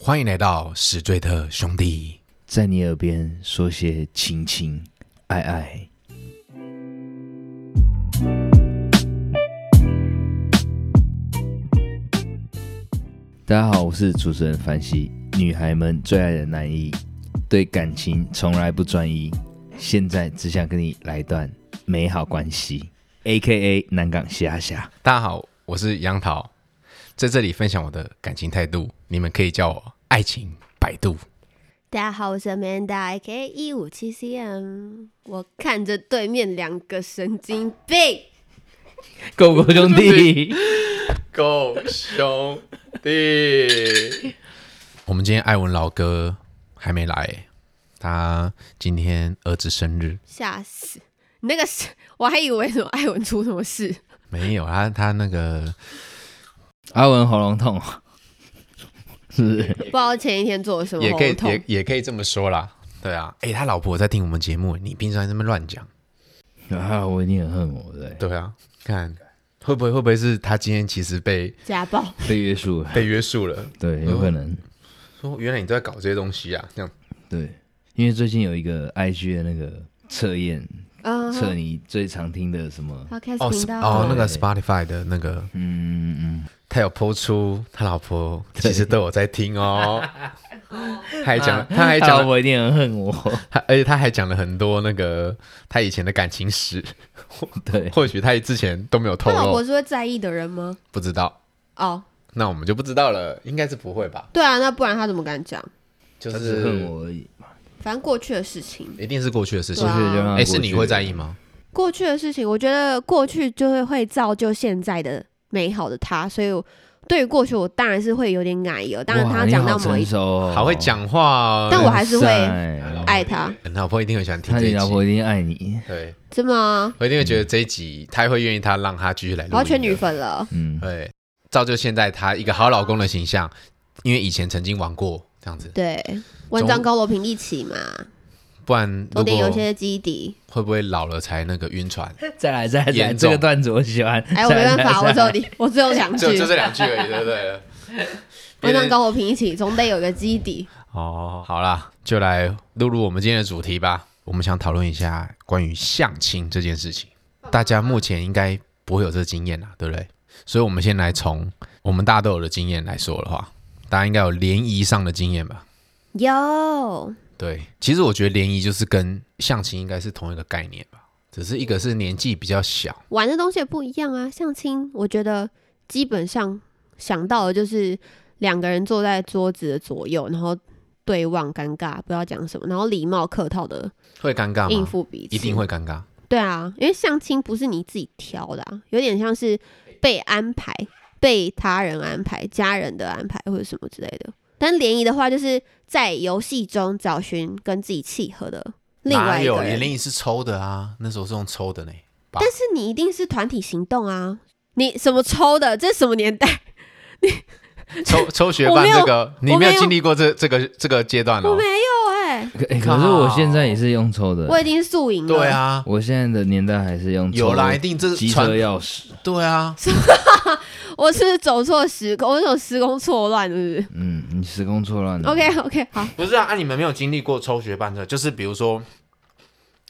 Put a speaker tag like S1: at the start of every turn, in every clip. S1: 欢迎来到史最特兄弟。
S2: 在你耳边说些情情爱爱。大家好，我是主持人凡西，女孩们最爱的男一，对感情从来不专一，现在只想跟你来段美好关系，A K A 南港虾虾。
S1: 大家好，我是杨桃，在这里分享我的感情态度，你们可以叫我爱情百度。
S3: 大家好，我是 Amanda K 一五七 CM。我看着对面两个神经病，
S2: 够不够兄弟？
S1: 够兄弟，我们今天艾文老哥还没来，他今天儿子生日，
S3: 吓死！你那个是，我还以为什么艾文出什么事，
S1: 没有他他那个
S2: 阿文喉咙痛， 是不是？
S3: 不知道前一天做了什么
S1: 也可以
S3: 喉
S1: 也
S3: 痛。
S1: 也可以这么说啦。对啊，哎、他老婆在听我们节目，你平常在那边乱讲。
S2: 啊，我一定很恨我，对，
S1: 对啊，看会不会会不会是他今天其实被
S3: 家暴，
S2: 被约束了，
S1: 被约束了？
S2: 对，有可能，
S1: 说原来你都在搞这些东西啊，这样
S2: 对，因为最近有一个 IG 的那个测验，
S3: 嗯
S2: 测你最常听的什么，
S3: ，Podcast 频
S1: ，Sp-
S3: 道
S1: 哦，那
S3: 啊
S1: 个 Spotify 的那个，
S2: 嗯嗯
S1: 他有抛出他老婆其实都有在听 哦，他还讲了，他还
S2: 嗯，
S1: 讲
S2: 讲
S1: 了，
S2: 我一定很恨我，
S1: 他而且他还讲了很多那个他以前的感情史，
S2: 对，
S1: 或许他之前都没有透
S3: 他老婆
S1: 露，
S3: 是会在意的人吗？
S1: 不知道，
S3: 哦，
S1: 那我们就不知道了，应该是不会吧？
S3: 对啊，那不然他怎么敢讲？
S1: 就
S2: 他只恨
S1: 是
S2: 我而已，
S3: 反正过去的事情，
S1: 一定是过去的事情
S3: 对，啊
S2: 所以就让它
S1: 哎，是
S2: 过
S1: 你
S2: 去
S1: 会在意？吗？
S3: 过去的事情，我觉得过去就会会造就现在的美好的他，所以我对于过去我当然是会有点奶油。当然
S2: 哇
S3: 他
S2: 你
S3: 讲
S2: 好
S3: 到某一
S2: 成，熟啊哦，
S1: 好会讲话哦，
S3: 但我还是会
S2: 会
S3: 爱他，
S1: 老婆一定很喜欢听
S2: 他
S1: 这
S2: 你
S1: 一
S2: 老婆
S1: 集，
S2: 一定爱你，
S1: 对，
S3: 真的吗？
S1: 我一定会觉得这一集他会愿意他让他继续来录音的，
S3: 我要圈女粉了。
S2: 嗯，
S1: 对，造就现在他一个好老公的形象，因为以前曾经玩过这样子，
S3: 对，文章高楼平地起嘛，
S1: 不然
S3: 有
S1: 如
S3: 点
S1: 果
S3: 有些基底。
S1: 会不会老了才那个晕船？
S2: 再来再来再来，
S1: 严
S2: 这
S1: 重
S2: 个段子我喜欢，
S3: 哎，我没办 法，我只
S2: 这
S3: 有你，我只有两句
S1: 就。就这两句而已，对不 对？别
S3: 文章
S1: 人
S3: 高楼平地起，总得有个基底。
S1: 哦，好啦，就来录入我们今天的主题吧。我们想讨论一下关于相亲这件事情，大家目前应该不会有这个经验啦，啊对不对？所以我们先来从我们大家都有的经验来说的话，大家应该有联谊上的经验吧？
S3: 有，
S1: 对，其实我觉得联谊就是跟相亲应该是同一个概念吧，只是一个是年纪比较小，
S3: 玩的东西也不一样啊。相亲，我觉得基本上想到的就是两个人坐在桌子的左右，然后对望，尴尬，不知道讲什么，然后礼貌客套的
S1: 会尴尬
S3: 应
S1: 吗？
S3: 付彼此，
S1: 一定会尴尬。
S3: 对啊，因为相亲不是你自己挑的、啊，有点像是被安排、被他人安排、家人的安排或者什么之类的。但联谊的话，就是在游戏中找寻跟自己契合的另
S1: 哪
S3: 外一
S1: 有
S3: 个
S1: 联
S3: 人。
S1: 谊是抽的啊？那时候是用抽的呢。
S3: 但是你一定是团体行动啊！你什么抽的？这什么年代？
S1: 抽抽学
S3: 我
S1: 办
S3: 没有
S1: 这个，你
S3: 我
S1: 没
S3: 没
S1: 有
S3: 有
S1: 经历过这这个这个阶段
S3: 我
S1: 哦
S3: 没。有哎、
S2: 可哎可是我现在也是用抽的，
S3: 我已经宿营了。
S1: 对，啊，
S2: 我现在的年代还是用
S1: 有啦，
S2: 来
S1: 一定这
S2: 机
S1: 是
S2: 车
S1: 传
S2: 钥匙，
S1: 对啊，
S3: 我是不是走错时空，我是有时空错乱，是不是、
S2: 嗯，你时空错乱
S1: 嗯
S2: 了。
S3: o k OK，好，
S1: 不是啊，啊你们没有经历过抽学办的，就是比如说，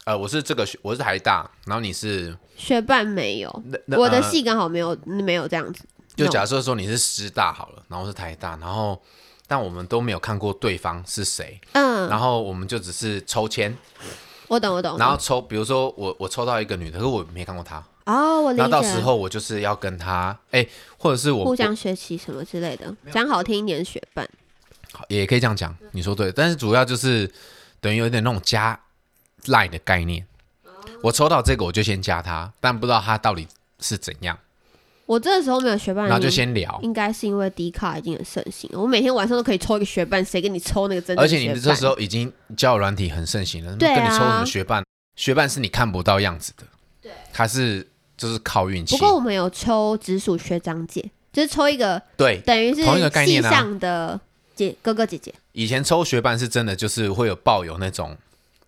S1: 呃，我是这个学，我是台大，然后你是
S3: 学伴没有，
S1: 那那
S3: 我的
S1: 呃
S3: 戏刚好没有没有这样子。
S1: 就
S3: No
S1: 假设说你是师大好了，然后是台大，然后但我们都没有看过对方是谁，
S3: 嗯，
S1: 然后我们就只是抽签，
S3: 我懂，我懂。
S1: 然后抽，比如说我我抽到一个女的，可是我没看过她，
S3: 哦，我理解。
S1: 然后到时候我就是要跟她，哎，或者是我
S3: 互相学习什么之类的，讲好听一点，学伴。
S1: 我也可以这样讲，你说对，但是主要就是等于有点那种加赖的概念，
S3: 哦
S1: 我抽到这个我就先加她，但不知道她到底是怎样，
S3: 我这个时候没有学伴，
S1: 然后就先聊。
S3: 应该是因为迪卡已经很盛行了，我每天晚上都可以抽一个学伴，谁跟你抽那个真的？
S1: 而且你们这时，候已经交友软体很盛行了，
S3: 对啊
S1: 跟你抽什么学伴？学伴是你看不到样子的，对，它是就是靠运气
S3: 不。过我们有抽直属学长姐，就是抽一个
S1: 对，
S3: 等于是
S1: 同一个概
S3: 系
S1: 念啊
S3: 上的姐、哥哥姐姐。
S1: 以前抽学伴是真的，就是会有抱有那种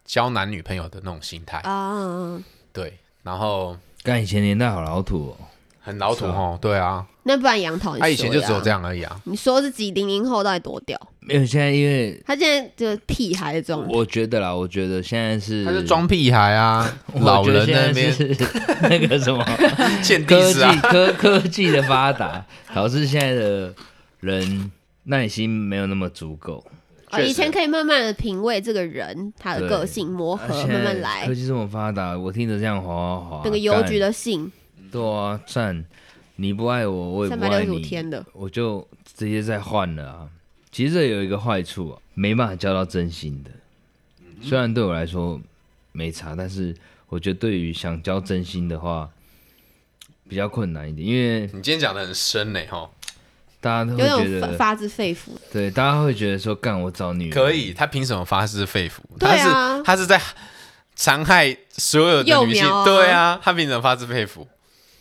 S1: 交男女朋友的那种心态，
S3: 啊，
S1: 对，然后
S2: 干以前年代好老土哦，
S1: 很老土
S2: 是啊
S1: 哦，对啊，
S3: 那不然杨桃你说
S1: 他
S3: 的啊
S1: 以前就只有这样而已啊，
S3: 你说是几零零后到底多屌？
S2: 没有，现在因为
S3: 他现在就是屁孩的状态，
S2: 我觉得啦，我觉得现在是
S1: 他是装屁孩啊，
S2: 我觉得
S1: 老人
S2: 现在
S1: 那边
S2: 是 那个 什么
S1: 欠
S2: 科
S1: 地
S2: 技
S1: 址啊，
S2: 科科技的发达，导致现在的人耐心没有那么足够。
S3: 哦，
S1: 确实
S3: 以前可以慢慢的品味这个人他的
S2: 对
S3: 个性磨
S2: 啊
S3: 合，
S2: 现
S3: 呃慢慢
S2: 在
S3: 来
S2: 科。技这么发达，我听着这样滑滑滑，
S3: 那个邮局
S2: 干
S3: 的信，
S2: 对啊，算你不爱我，我也
S3: 三
S2: 不
S3: 百六
S2: 爱
S3: 十五
S2: 你，
S3: 天的，
S2: 我就直接再换了啊。其实这有一个坏处、啊，没办法交到真心的。虽然对我来说没差，但是我觉得对于想交真心的话比较困难一点，因为
S1: 你今天讲的很深呢，吼，
S2: 大家都
S3: 有
S2: 会觉
S3: 种发
S2: 得，
S3: 发自肺腑。
S2: 对，大家会觉得说，干我找女人
S1: 可以，他凭什么发自肺腑？
S3: 对
S1: 他是、
S3: 啊
S1: 他是在残害所有的
S3: 幼
S1: 女性，
S3: 苗啊
S1: 对啊，他凭什么发自肺腑？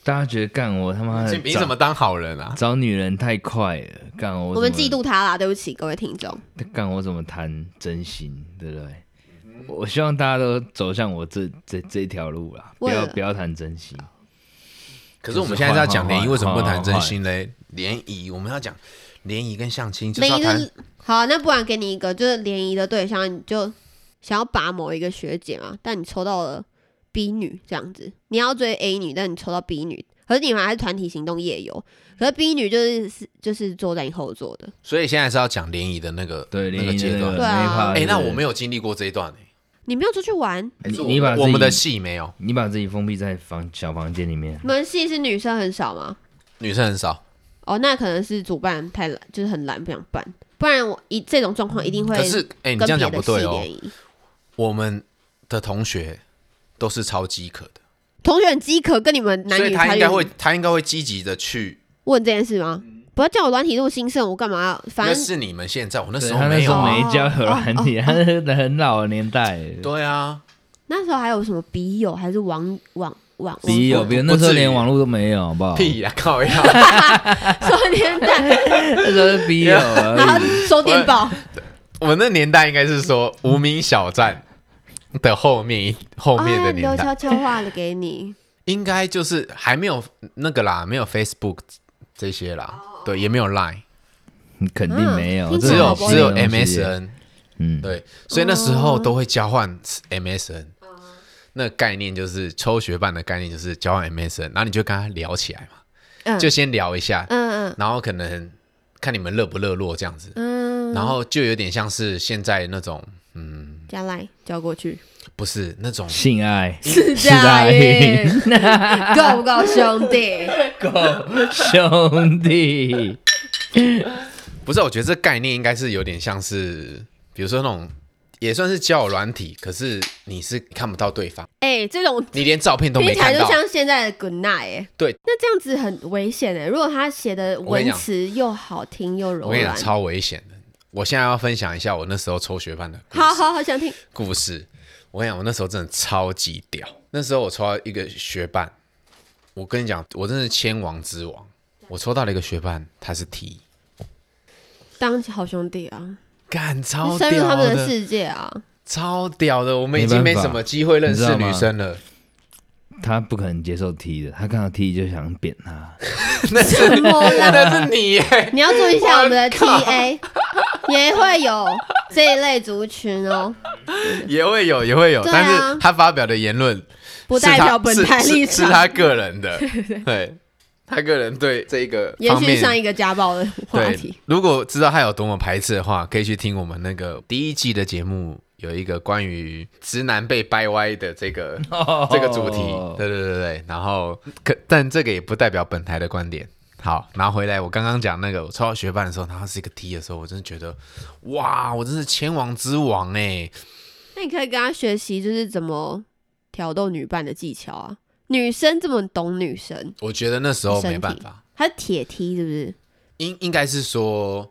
S2: 大家觉得干我他妈的
S1: 你凭什么当好人啊
S2: 找？找女人太快了，干我
S3: 我们
S2: 怎么
S3: 嫉妒他啦，对不起各位听众。
S2: 干我怎么谈真心，对不对？我希望大家都走向我这这这条路啦，不
S3: 为
S2: 要
S3: 了
S2: 不要谈真心。
S1: 可是我们现在是要讲联谊，
S2: 就是
S1: 为什么不
S2: 换
S1: 谈真心嘞？联谊，我们要讲联谊跟相亲，就是
S3: 联
S1: 要
S3: 谊
S1: 谈
S3: 的好，那不然给你一个，就是联谊的对象，你就想要把某一个学姐嘛，但你抽到了 B 女这样子，你要追 A 女，但你抽到 B 女，可是你们还是团体行动夜游，可是 B 女就是是就是坐在你后座的，
S1: 所以现在是要讲联谊的那个
S2: 对，
S1: 那
S2: 联
S1: 个
S2: 谊的
S1: 阶
S2: 那
S1: 段
S2: 个。
S3: 对啊
S2: 那一趴
S1: 哎、
S2: 是
S1: 那我没有经历过这一段、欸、
S3: 你没有出去玩，
S2: 你
S1: 是
S2: 你把自己
S1: 我们的戏没有，
S2: 你把自己封闭在房小房间里面，
S3: 你们系是女生很少吗？
S1: 女生很少。
S3: 哦，那可能是主办太懒，就是很懒不想办，不然我一这种状况一定会
S1: 可是，哎、你
S3: 跟
S1: 这样
S3: 别
S1: 讲不
S3: 的
S1: 对
S3: 系
S1: 哦
S3: 联。谊。
S1: 我们的同学都是超饥渴的，
S3: 同学很饥渴，跟你们男
S1: 所
S3: 女
S1: 以他
S3: 差
S1: 应
S3: 距
S1: 该会，嗯他应该会积极的去。
S3: 问这件事吗？不要叫我软体入兴盛，我干嘛要？反
S1: 那
S3: 正
S1: 是你们现在，我那
S2: 对
S1: 时
S2: 他
S1: 候
S2: 那
S1: 没
S2: 时
S1: 有
S2: 候
S1: 啊。
S2: 没交友软
S3: 哦
S2: 体，他是很老的年代。
S1: 对啊，
S3: 那时候还有什么笔友，还是网网网
S2: 笔友，
S3: 网
S2: 别人那时候连网络都没有，好不好？
S1: 屁呀，靠呀！
S3: 什么年代？
S2: 那时候是笔 友
S3: 然后
S2: 而已。
S3: 手电宝，
S1: 我那年代应该是说无名小站的后面一后面的年
S3: 啊哦刘
S1: 代，
S3: 悄悄画了 给你。
S1: 应该就是还没有那个啦，没有 Facebook 这些啦，
S3: 哦
S1: 对，也没有 Line，
S2: 你肯定没有，
S3: 啊听起
S1: 只
S3: 来
S1: 有
S3: 好不
S1: 只有
S2: 这种东西
S1: MSN，
S2: 嗯，
S1: 对，所以那时
S3: 哦
S1: 候都会交换 MSN。那概念就是抽学伴的概念，就是交换 MSN，然后你就跟他聊起来嘛，
S3: 嗯，
S1: 就先聊一下，
S3: 嗯嗯
S1: 然后可能看你们热不热络这样子，
S3: 嗯，
S1: 然后就有点像是现在那种，
S3: 加来交 过去，
S1: 不是那种
S2: 性 爱
S3: 是
S2: 是的
S3: 耶， 够 不够兄弟？
S2: 兄弟。
S1: 不是，我觉得这概念应该是有点像是，比如说那种也算是交友软体，可是你是看不到对方，
S3: 哎，这种
S1: 你连照片都
S3: 听
S1: 没
S3: 起来
S1: 看
S3: 就
S1: 到。
S3: 像现在的 Good Night 哎。
S1: 对，
S3: 那这样子很危险哎。如果他写的
S1: 我跟你
S3: 文
S1: 讲
S3: 词又好听又柔
S1: 我跟你
S3: 软
S1: 讲，，超危险的。我现在要分享一下我那时候抽学班的 故
S3: 好
S1: 事。
S3: 好好想听。
S1: 故事我跟你讲，我那时候真的超级屌。那时候我抽到一个学伴，我跟你讲，我真的千王之王。我抽到了一个学伴，他是 T，E
S3: 当好兄弟啊，
S1: 干超
S3: 深入他
S1: 屌
S3: 们的世界啊。
S1: 超屌的。我们已经没
S2: 没办法
S1: 什么机会认
S2: 你知
S1: 识
S2: 道吗
S1: 女生了，
S2: 他不可能接受 T 的，他看到 T 就想扁他。
S1: 那是
S3: 什么啦
S1: 那是你耶、
S3: 你要注意一下我们的 TA，也会有这一类族群哦，
S1: 也会有，也会有，
S3: 对啊
S1: 但是他发表的言论
S3: 不
S1: 是
S3: 代
S1: 他
S3: 表本台
S1: 是
S3: 立
S1: 是是
S3: 场。
S1: 他个人 的，对，他个人对这个
S3: 延
S1: 方
S3: 续
S1: 面
S3: 上一个家暴的话
S1: 对
S3: 题，，
S1: 如果知道他有多么排斥的话，可以去听我们那个第一季的节目，有一个关于直男被掰歪的这个、
S2: 哦
S1: 这个主题，对对对对，然后可但这个也不代表本台的观点。好，拿回来。我刚刚讲那个，我抽到学霸的时候，然后是一个 T 的时候，我真的觉得，哇，我真是千王之王哎、
S3: 那你可以跟他学习，就是怎么挑逗女伴的技巧啊。女生这么懂女生，
S1: 我觉得那时候
S3: 身
S1: 没办
S3: 体
S1: 法，
S3: 她是铁梯是不是？
S1: 应应该是说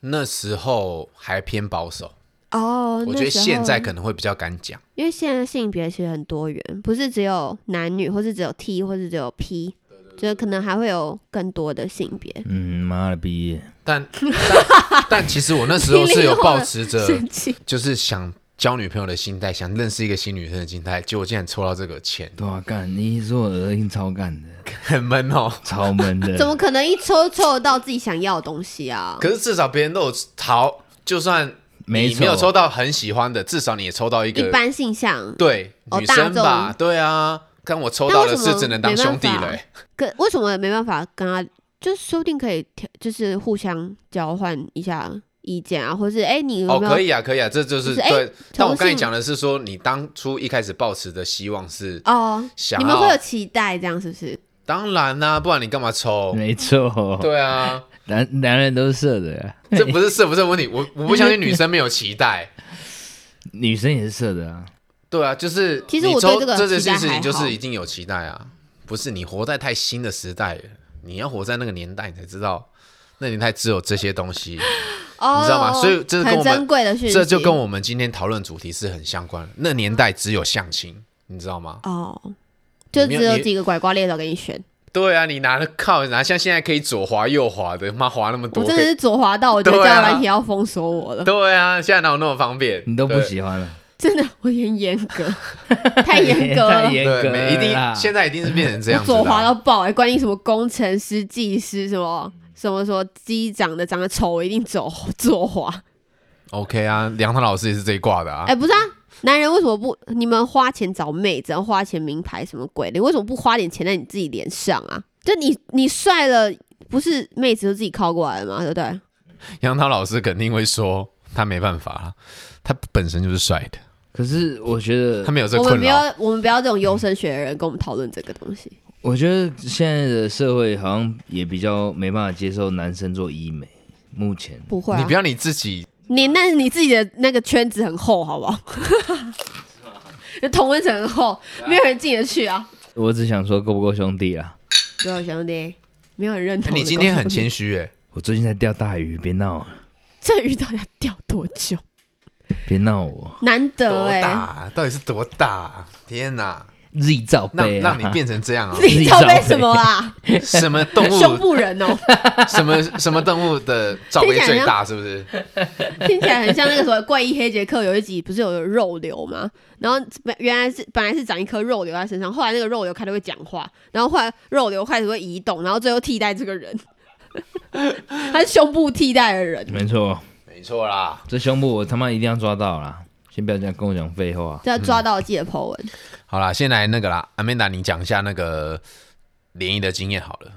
S1: 那时候还偏保守，
S3: 哦，
S1: 我
S3: 那
S1: 觉得
S3: 时候
S1: 现在可能会比较敢讲。
S3: 因为现在性别其实很多元，不是只有男女，或是只有 T，或是只有 P，就是可能还会有更多的性别。
S2: 嗯，妈的毕业，
S1: 但但但其实我那时候是有保持着
S3: 生气，
S1: 就是想交女朋友的心态，想认识一个新女生的心态，结果竟然抽到这个钱，
S2: 对啊，干你说我恶心超干的，
S1: 很闷哦。
S2: 超闷
S3: 怎
S2: 的。
S3: 么可能一抽抽得到自己想要的东西啊？
S1: 可是至少别人都有好就算
S2: 没
S1: 你没有抽到很喜欢的，至少你也抽到一
S3: 一
S1: 个
S3: 般性向，
S1: 对
S3: 哦
S1: 女
S3: 大
S1: 生吧，
S3: 众
S1: 对啊。看我抽
S3: 那
S1: 到
S3: 为
S1: 的
S3: 什
S1: 是
S3: 么
S1: 只能当
S3: 没
S1: 兄
S3: 办
S1: 弟
S3: 法
S1: 了欸、
S3: 可为什么没办法跟他？就是说不定可以调，就是互相交换一下意见啊，或是哎、你有
S1: 哦，
S3: 没有、
S1: 可以啊，可以啊，这就是
S3: 就是哎
S1: 对。但我
S3: 同
S1: 刚才
S3: 性
S1: 讲的是说，你当初一开始抱持的希望是
S3: 哦？
S1: 想
S3: 你
S1: 要，
S3: 们会有期待，这样是不是？
S1: 当然啦、不然你干嘛抽？
S2: 没错，
S1: 对啊，
S2: 男男人都是色的啊，
S1: 这不是是不是问题，我我不相信女生没有期 待。
S2: 女生也是色的啊。
S1: 对啊，就是
S3: 其实
S1: 你
S3: 我
S1: 抽
S3: 对这个
S1: 件
S3: 期待
S1: 事情
S3: 还
S1: 就
S3: 好
S1: 是一定有期待啊，不是你活在太新的时代了，你要活在那个年代，你才知道那年代只有这些东西。
S3: 哦，
S1: 知道吗所以这跟
S3: 很
S1: 我们
S3: 珍贵的讯息，
S1: 这就跟我们今天讨论主题是很相关的。那年代只有相亲，你知道吗？
S3: 哦，就
S1: 你没
S3: 只
S1: 有
S3: 有
S1: 你
S3: 几个拐瓜裂枣给你选。
S1: 对啊，你拿着靠，拿像现在可以左滑右滑的，妈滑那么
S3: 我
S1: 多。
S3: 真的是左滑到，我觉得
S1: 对啊
S3: 交友软体要封锁我了，
S1: 对啊，现在哪有那么方便？
S2: 你都不
S1: 对。
S2: 喜欢了，
S3: 真的，我有点严 格，太严格了
S2: 太。严格
S1: 对，
S2: 了
S1: 每一定
S2: 啦
S1: 现在一定是变成这
S3: 我
S1: 样子的
S3: 左滑
S1: 啊、
S3: 到爆、哎，关于什么工程师、技师什么什么什么机长的，长得丑我一定走左滑。
S1: OK 啊，梁唐老师也是这一挂的啊。
S3: 哎、不是啊，男人为什么不？你们花钱找妹子，然后花钱名牌什么鬼的，为什么不花点钱在你自己脸上啊？就你你帅了，不是妹子就自己靠过来了吗？对不对？
S1: 杨涛老师肯定会说他没办法啦，他本身就是帅的，
S2: 可是我觉
S1: 他
S2: 得，
S1: 没有这
S3: 我们
S1: 困
S3: 不
S1: 扰。
S3: 要我们不要这种优生学的人跟我们讨论这个东西。
S2: 我觉得现在的社会好像也比较没办法接受男生做医美。目前
S3: 不会、啊，
S1: 你不要你自己，
S3: 你那是你自己的那个圈子很厚，好 不好？就同温层很厚，没有人进得去啊。
S2: 我只想说够不够兄弟啊！
S3: 没有兄弟，没有人认同。
S1: 你今天很谦
S3: 虚，
S1: 虚哎。
S2: 我最近在钓大鱼，别闹啊，
S3: 这鱼到底要钓多久？
S2: 别闹我
S3: 难得
S1: 多
S3: 哎、
S1: 大 啊？到底是多大啊？天哪！
S2: ，Z 罩
S1: 让
S2: 杯啊，
S1: 让你变成这样 啊？
S3: 你罩杯什么啊？
S1: 什么 动
S3: 胸
S1: 物？
S3: 部人哦、
S1: 什么什么动物的罩杯最大？是不是？
S3: 听起来很像那个什么《怪医黑杰克》有一集不是有肉瘤吗？然后本原来是本来是长一颗肉瘤在身上，后来那个肉瘤开始会讲话，然后后来肉瘤开始会移动，然后最后替代这个人， 他是胸部替代的人。
S2: 没错，
S1: 没错啦。
S2: 这胸部我他妈一定要抓到啦！先不要这样跟我讲废话，
S3: 这要抓到自己的 po 文，
S1: 好啦，先来那个啦，阿曼达，你讲一下那个联谊的经验好了。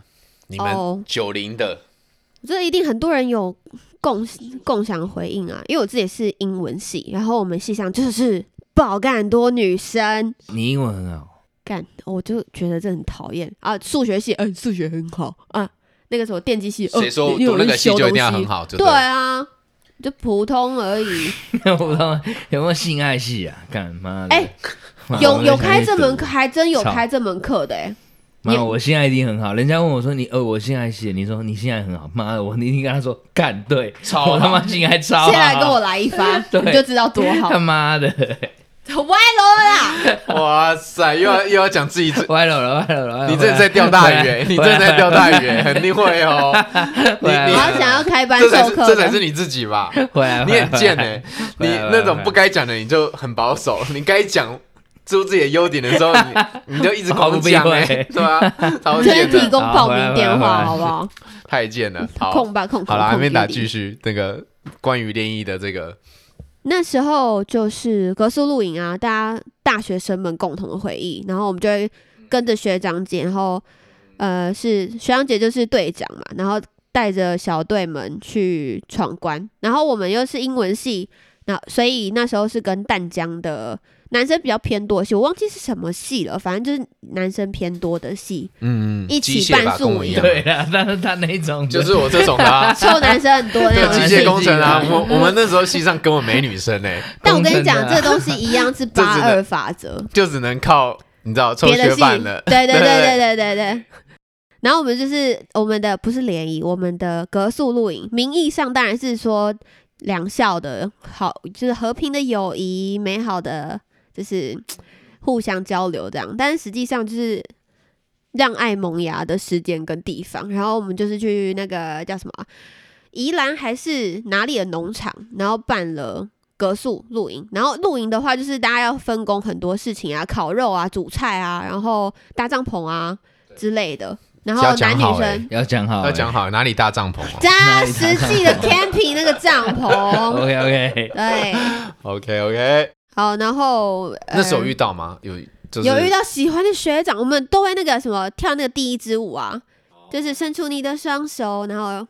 S1: 你
S3: 哦
S1: 们九零的，
S3: 我觉得一定很多人有共共享回应啊，因为我自己是英文系，然后我们系上就是爆干多女生，
S2: 你英文很好，
S3: 干，我就觉得这很讨厌啊。数学系，嗯、数学很好啊。那个什么电机系，呃
S1: 谁说
S3: 因为
S1: 读
S3: 我
S1: 那
S3: 是
S1: 个戏
S3: 修
S1: 就一
S3: 东
S1: 定要
S3: 西
S1: 很好？就
S3: 对
S1: 了
S3: 啊，就普通 而已。
S2: 我不知道有没有性爱系啊？干妈的，
S3: 哎
S2: 妈的
S3: 有有
S2: 我想
S3: 开
S2: 去
S3: 这门
S2: 读
S3: 课，还真有
S2: 操
S3: 开这门课的哎、
S2: 妈
S3: 也
S2: 的，我性爱一定很好。人家问我说你呃，我性爱系，你说你性爱很好，妈的，我一定跟他说干对，
S1: 超好
S2: 我他妈性爱
S1: 啊
S2: 超好，
S3: 现在跟我来一发，
S2: 对
S3: 你就知道多好
S2: 他。妈的
S3: 我不爱 揉了啦。
S1: 哇塞，又要又要讲自己这，
S2: 歪楼了，歪楼了，歪了
S1: 你真的在钓大鱼、 欸，你真的在钓，大
S2: 鱼，
S1: 鱼、欸，肯定会哦。你
S2: 回来
S1: 你
S3: 我要想要开班
S1: 这才
S3: 授
S1: 是
S3: 课
S1: 这才
S3: 的
S1: 是你自己吧？
S2: 回来
S1: 你很贱哎、你
S2: 回来回来
S1: 那种不该讲的你就很保守，你该讲出自己的优点的时候，你你就一直狂讲哎、
S2: 毫不避讳
S1: 对啊，超
S3: 这
S1: 贱
S3: 边提
S1: 的，
S3: 供报
S2: 好回来
S3: 名电
S2: 回来
S3: 话，好不好？
S1: 太贱了。好
S3: 控，吧，控控
S1: 好啦，还
S3: 控
S1: 没打
S3: 弟
S1: 继
S3: 弟
S1: 续那个关于联谊的这个，
S3: 那时候就是格宿露营啊，大家大学生们共同的回忆，然后我们就会跟着学长姐，然后呃是学长姐就是队长嘛，然后带着小队们去闯关，然后我们又是英文系，那所以那时候是跟淡江的男生比较偏多的系，我忘记是什么系了，反正就是男生偏多 的系，
S1: 嗯，
S3: 一起
S1: 机械吧
S3: 办宿
S1: 跟我一
S3: 营。
S1: 样，
S2: 对啦，但是他那种的
S1: 就是我这种的、啊
S3: 臭男生很多那
S1: 对
S3: 种
S1: 机
S3: 系。
S1: 械工程啊，
S2: 嗯
S1: 我我们那时候系上根本没女生哎、
S3: 但我跟你
S2: 工
S3: 讲，
S2: 程的
S3: 这
S2: 啊
S3: 个东西一样是
S1: 这只
S3: 八
S1: 能
S3: 二法则，
S1: 就只能靠你知道抽
S3: 别的
S1: 学
S3: 系，
S1: 伴了。
S3: 对对对
S1: 对
S3: 对对对对。然后我们就是我们的不是联谊，我们的格宿露营，名义上当然是说两校的好，就是和平的友谊，美好的就是嘖互相交流这样，但是实际上就是让爱萌芽的时间跟地方。然后我们就是去那个叫什么啊宜兰还是哪里的农场，然后办了。格宿露营，然后露营的话，就是大家要分工很多事情啊，烤肉啊、煮菜啊，然后搭帐篷啊之类的。然
S1: 要
S3: 后
S1: 讲
S3: 男女
S1: 好欸
S3: 生
S2: 要讲
S3: 啊
S2: 好、欸
S1: 要讲
S2: 好。
S1: 好哪里搭帐篷哦、
S3: 加实 际的 camping 那个帐篷，
S2: OK OK，
S3: 对，
S1: OK OK，
S3: 好，然后、呃
S1: 那时候遇到吗？有就是
S3: 有遇到喜欢的学长，我们都会那个什么跳那个第一支舞啊，就是伸出你的双手，然后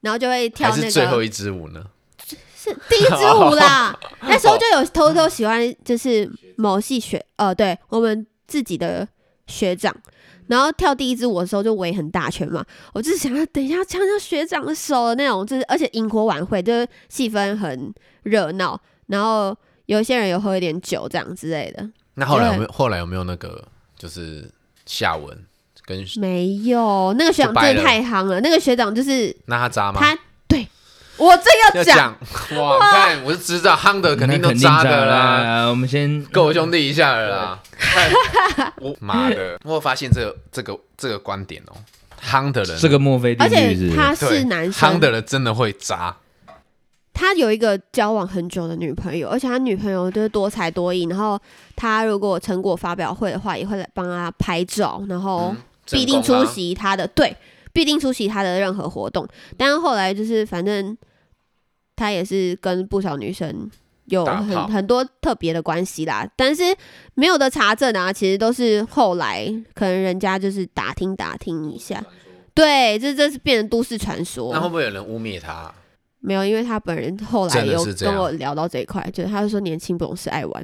S3: 然后就会跳
S1: 还
S3: 那
S1: 是
S3: 个
S1: 最后一支舞呢？
S3: 是第一支舞 啦。那时候就有偷偷喜欢，就是某系学呃，对我们自己的学长。然后跳第一支舞的时候就围很大圈嘛，我就是想要等一下要牵到学长的手的那种，就是而且萤火晚会就是气氛很热闹，然后有一些人有喝一点酒这样之类的，
S1: 那后来有没有后来有没有那个就是下文跟
S3: 没有，那个学长真的
S1: 就掰
S3: 太夯了。那个学长就是
S1: 那他渣吗？
S3: 他，对我这
S1: 要
S3: 要讲，
S1: 讲哇，你看我就知道夯的肯定都
S2: 那渣
S1: 的啦，
S2: 啦。我们先
S1: 够兄弟一下了啦。看我妈的，我有发现这个这个这个观点哦，夯的人
S2: 这个墨菲定
S3: 而
S2: 律
S3: 且
S2: 是
S3: 他
S1: 对
S3: 是男
S1: 夯
S3: 生，
S1: 的人真的会渣，
S3: 他有一个交往很久的女朋友，而且他女朋友就是多才多艺，然后他如果成果发表会的话，也会来帮他拍照，然后哦必定
S1: 正宫
S3: 出
S1: 啊。
S3: 席他的，对，必定出席他的任何活动。但是后来就是反正他也是跟不少女生有
S1: 打
S3: 很
S1: 炮
S3: 很多特别的关系啦，但是没有的查证啊，其实都是后来可能人家就是打听打听一下，对，这这是变成都市传说。
S1: 那会不会有人污蔑他？
S3: 没有，因为他本人后来
S1: 真的
S3: 有
S1: 是这样
S3: 跟我聊到这一块，就是他就说年轻不懂事爱玩。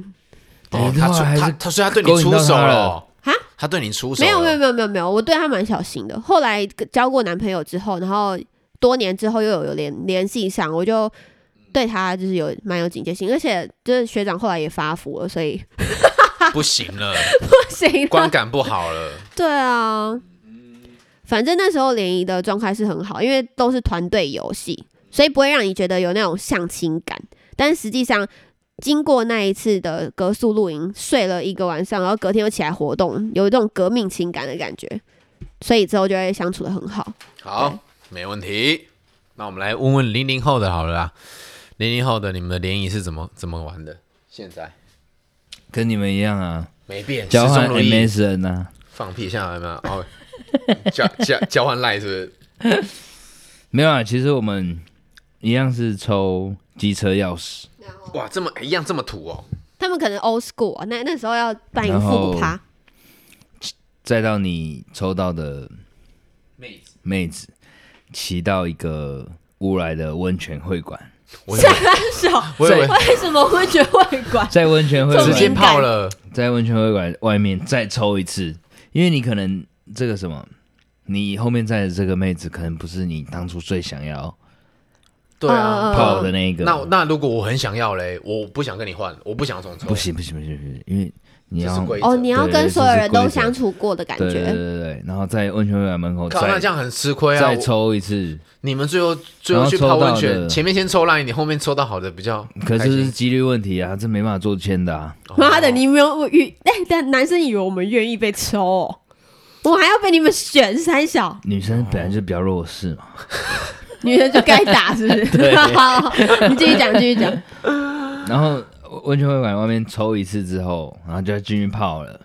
S1: 哦
S2: 等一
S1: 他
S2: 下
S1: 出
S2: 还是
S1: 他他说他对你
S2: 勾引
S1: 出
S2: 到
S1: 手
S2: 他
S1: 了
S2: 了
S1: 哦
S3: 哈，
S1: 他对你出手
S3: 没有
S1: 了
S3: 没有没有没有没有，我对他蛮小心的。后来交过男朋友之后，然后多年之后又有有联联系上，我就对他就是有蛮有警戒心，而且就是学长后来也发福了，所以
S1: 不行了，
S3: 不行
S1: 观
S3: 了。
S1: 感不好了。
S3: 对啊，反正那时候联谊的状态是很好，因为都是团队游戏，所以不会让你觉得有那种相亲感。但实际上，经过那一次的格宿露营，睡了一个晚上，然后隔天又起来活动，有一种革命情感的感觉，所以之后就会相处的很好。
S1: 好，没问题。那我们来问问零零后的好了啦，零零后的你们的联谊是怎么怎么玩的？现在
S2: 跟你们一样啊，
S1: 没变，
S2: 交
S1: 始
S2: 换
S1: 终如一
S2: MSN 啊，
S1: 放屁，像有没有？哦， 交交交换赖是不是？
S2: 没有啊。其实我们一样是抽机车钥匙，
S1: 哇，这么一样这么土哦。
S3: 他们可能 old school，啊那那时候要办一个
S2: 然
S3: 复
S2: 后
S3: 古趴，
S2: 再到你抽到的
S1: 妹子，
S2: 妹子，骑到一个乌来的温泉会馆，
S1: 我以为
S3: 手
S1: 我以为
S3: 为什么会觉得会管？
S2: 在温泉会
S3: 这么
S1: 直接
S3: 敏
S2: 馆，
S3: 感
S1: 泡了，
S2: 在温泉会馆外面再抽一次，因为你可能这个什么，你后面在的这个妹子可能不是你当初最想要
S1: 对啊
S3: 嗯嗯嗯，
S2: 泡的那一个，
S1: 那那如果我很想要嘞，我不想跟你换，我不想重抽，
S2: 不，行不行不行不行，因为你
S1: 这
S2: 要
S1: 是规则。
S3: 哦，你要
S2: 对
S3: 跟
S2: 这
S3: 所有
S2: 是
S3: 人都
S2: 规则
S3: 相处过的感
S2: 对对对
S3: 觉，
S2: 对对，然后在温泉会馆门口
S1: 靠，那这
S2: 再
S1: 样很吃亏啊！
S2: 再
S1: 我
S2: 抽一次，
S1: 你们最后最后去
S2: 然后
S1: 泡
S2: 抽到
S1: 温泉，
S2: 的
S1: 前面先抽烂一点，后面抽到好的比较
S2: 可
S1: 开
S2: 是这
S1: 心
S2: 是几率问题啊，这没办法做签的啊。
S1: 哦
S3: 妈的，你没有我遇哎，但男生以为我们愿意被抽、哦，我还要被你们选三小，
S2: 女生本来就比较弱势嘛，
S3: 女人就该打是不 是？
S2: 对
S3: 好，你继续讲，继续讲。
S1: 哦
S2: 然后温泉会馆外面抽一次之后，然后就要进去泡了，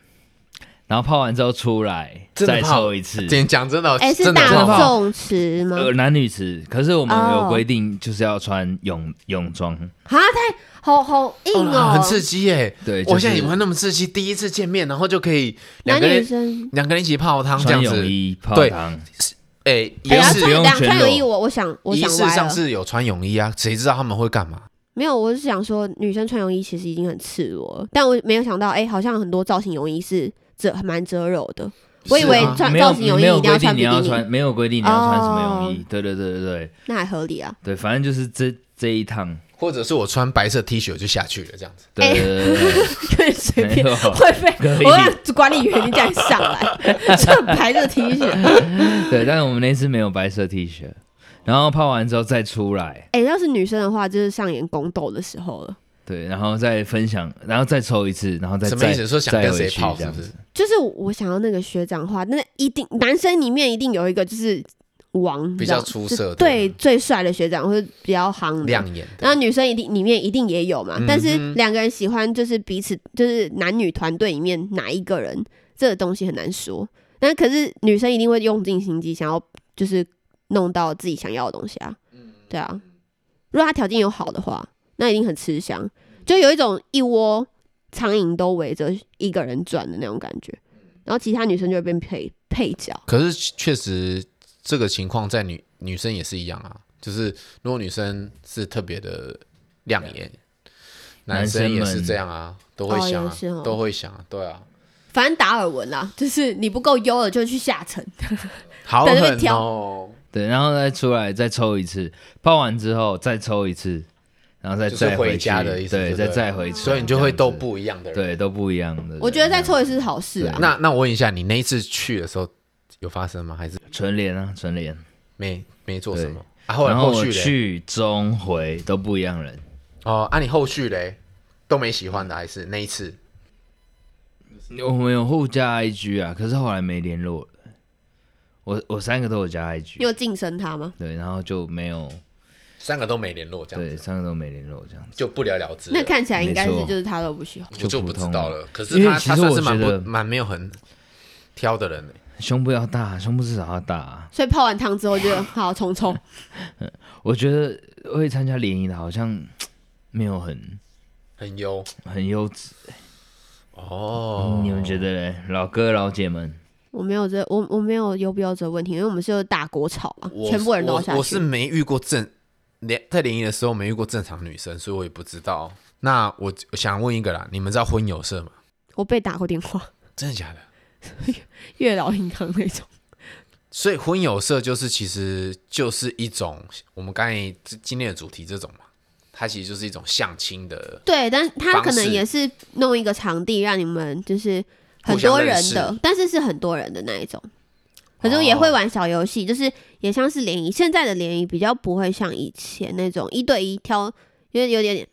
S2: 然后泡完之后出来
S1: 真的
S2: 再
S1: 泡
S2: 抽一次，
S1: 讲讲真的哦，
S3: 哎、是
S1: 真的真的
S3: 大
S1: 泡
S3: 众池吗？
S2: 呃，男女池，可是我们
S3: 哦
S2: 有规定就是要穿泳泳装，
S3: 啊，太好好硬哦，
S1: 哦很刺激耶！
S2: 对，
S1: 我现在
S2: 就
S1: 也
S2: 是
S1: 会那么刺激，第一次见面，然后就可以两
S3: 男
S1: 个
S3: 女
S1: 人
S3: 生。
S1: 两个人一起泡汤这
S2: 穿
S1: 样
S2: 泳
S1: 子，
S2: 衣泡
S1: 对
S2: 汤，
S1: 哎，
S3: 哎
S1: 也
S3: 呀，
S1: 是
S2: 不
S3: 穿
S2: 用
S3: 两
S2: 全
S3: 穿泳
S2: 裸
S3: 衣我，我想我
S1: 仪
S3: 想
S1: 式
S3: 歪
S1: 上
S3: 了。
S1: 是有穿泳衣啊，谁知道他们会干嘛？
S3: 没有，我是想说，女生穿泳衣其实已经很赤裸了，但我没有想到，哎、好像很多造型泳衣是遮蛮遮肉的。我以
S1: 是
S3: 为
S1: 啊
S3: 穿
S2: 没
S3: 造
S2: 有
S3: 型泳衣
S2: 没有
S3: 一定要
S2: 规
S3: 穿
S2: 定你
S3: 比
S2: 要
S3: 基
S2: 穿，
S3: 尼，
S2: 没有规定你要穿什么
S3: 哦
S2: 泳衣，对对对对对
S3: 那还合理 啊。
S2: 对，反正就是这这一趟，
S1: 或者是我穿白色 T 恤就下去了这样子，
S2: 对对对对对。
S3: 可以随便
S2: 没有
S3: 会
S2: 可
S3: 被
S2: 以
S3: 我让管理员这样上来， 这白色 T 恤，
S2: 对，但是我们那次没有白色 T 恤，然后泡完之后再出来，
S3: 哎、要是女生的话，就是上演宫斗的时候了。
S2: 对，然后再分享，然后再抽一次，然后再
S1: 什么意思？
S2: 再
S1: 说想跟
S2: 再回
S1: 谁
S2: 去
S1: 泡
S2: 这
S1: 是
S2: 样
S1: 不
S2: 子
S1: 是？？
S3: 就是我想要那个学长的话，那一定男生里面一定有一个就是王，
S1: 比较
S3: 你知道
S1: 出色的
S3: 就对最帅的学长或者比较夯的。
S1: 亮眼的，
S3: 然后女生一定里面一定也有嘛，
S1: 嗯哼
S3: 但是两个人喜欢就是彼此，就是男女团队里面哪一个人，这个东西很难说。但可是女生一定会用尽心机，想要就是弄到自己想要的东西啊。
S1: 嗯
S3: 对啊，如果他条件有好的话，那一定很吃香，就有一种一窝苍蝇都围着一个人转的那种感觉。然后其他女生就会变配配角，
S1: 可是确实这个情况在女女生也是一样啊，就是如果女生是特别的亮眼，男生也是这样啊，都会想啊
S3: 哦也是，哦
S1: 都会想啊，对啊，
S3: 反正达尔文啦、就是你不够优了就去下层，
S1: 好
S3: 在那边
S1: 狠
S3: 挑
S1: 哦，
S2: 对，然后再出来再抽一次，泡完之后再抽一次，然后再
S1: 就是
S2: 再
S1: 回
S2: 去
S1: 家的意思
S2: 对，
S1: 对
S2: 再
S1: 不对
S2: 再回去，
S1: 所以你就会
S2: 这
S1: 斗
S2: 样子，
S1: 不一样的人。
S2: 对，都不一样的人。
S3: 我觉得再抽一次是好事啊。
S1: 那那我问一下，你那一次去的时候有发生吗？还是
S2: 纯联啊，纯联。
S1: 没没做
S2: 对
S1: 什么？啊，后来
S2: 然后
S1: 后
S2: 我
S1: 续嘞？
S2: 去中回都不一样人，
S1: 哦，啊，你后续嘞都没喜欢的，还是那一次？
S2: 我们有互加 IG 啊，可是后来没联络了。我我三个都有加 IG，
S3: 又晋升他吗？
S2: 对，然后就没有，
S1: 三个都没联络，这样
S2: 对，
S1: 子
S2: 三个都没联络这样子。
S1: 就不了了之了。
S3: 那看起来应该是
S2: 没错
S3: 就是他都不喜欢。
S1: 我就不知道了。可是
S2: 因为
S1: 他
S2: 其
S1: 他
S2: 实
S1: 算
S2: 我
S1: 是蛮
S2: 觉得
S1: 不蛮没有很挑的人、欸，
S2: 胸部要大，胸部至少要大啊、
S3: 所以泡完汤之 后就好冲冲，
S2: 我觉得会参加联谊的，好像没有很
S1: 很优
S2: 很优质。
S1: 哦。
S2: 你们觉得嘞？老哥老姐们，
S3: 我没有这我我没有优不优这个问题，因为我们是有大国潮嘛，
S1: 我
S3: 全部人都要下
S1: 我
S3: 去。
S1: 我是没遇过正连在联谊的时候没遇过正常女生，所以我也不知道。那我我想问一个啦，你们知道婚友社吗？
S3: 我被打过电话，
S1: 真的假的？
S3: 月老银行那种。
S1: 所以婚友社就是其实就是一种我们刚才这今天的主题这种嘛，它其实就是一种相亲的
S3: 对，但他可
S1: 方
S3: 能
S1: 式
S3: 也是弄一个场地让你们就是很
S1: 互相
S3: 多
S1: 认
S3: 人
S1: 识
S3: 的，但是是很多人的那一种。可是我也会玩小游
S1: 哦
S3: 戏，就是也像是联谊，现在的联谊比较不会像以前那种一对一挑，因为有点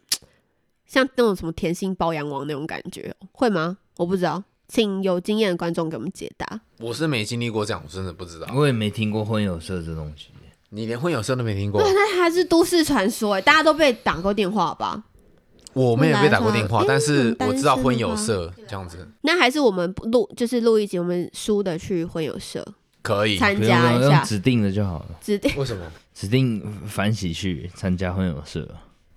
S3: 像那种什么甜心包养王那种感觉，会吗？我不知道，请有经验的观众给我们解答。
S1: 我是没经历过这样，我真的不知道。
S2: 我也没听过婚友社这东西。
S1: 你连婚友社都没听过？
S3: 那还是都市传说、欸，大家都被打过电话吧？
S1: 我们也被打过电话
S3: 哎，
S1: 但是
S3: 很单
S1: 我知道
S3: 身
S1: 婚
S3: 的
S1: 友
S3: 吧
S1: 社这样子
S3: 那还是我们不录，就是录一集，我们输的去婚友社
S1: 可以。
S3: 参
S2: 不用
S3: 加
S2: 不
S3: 一
S2: 用，用
S3: 下，
S2: 指定的就好了，
S3: 指定
S1: 为什么？
S2: 指定反喜去参加婚友社。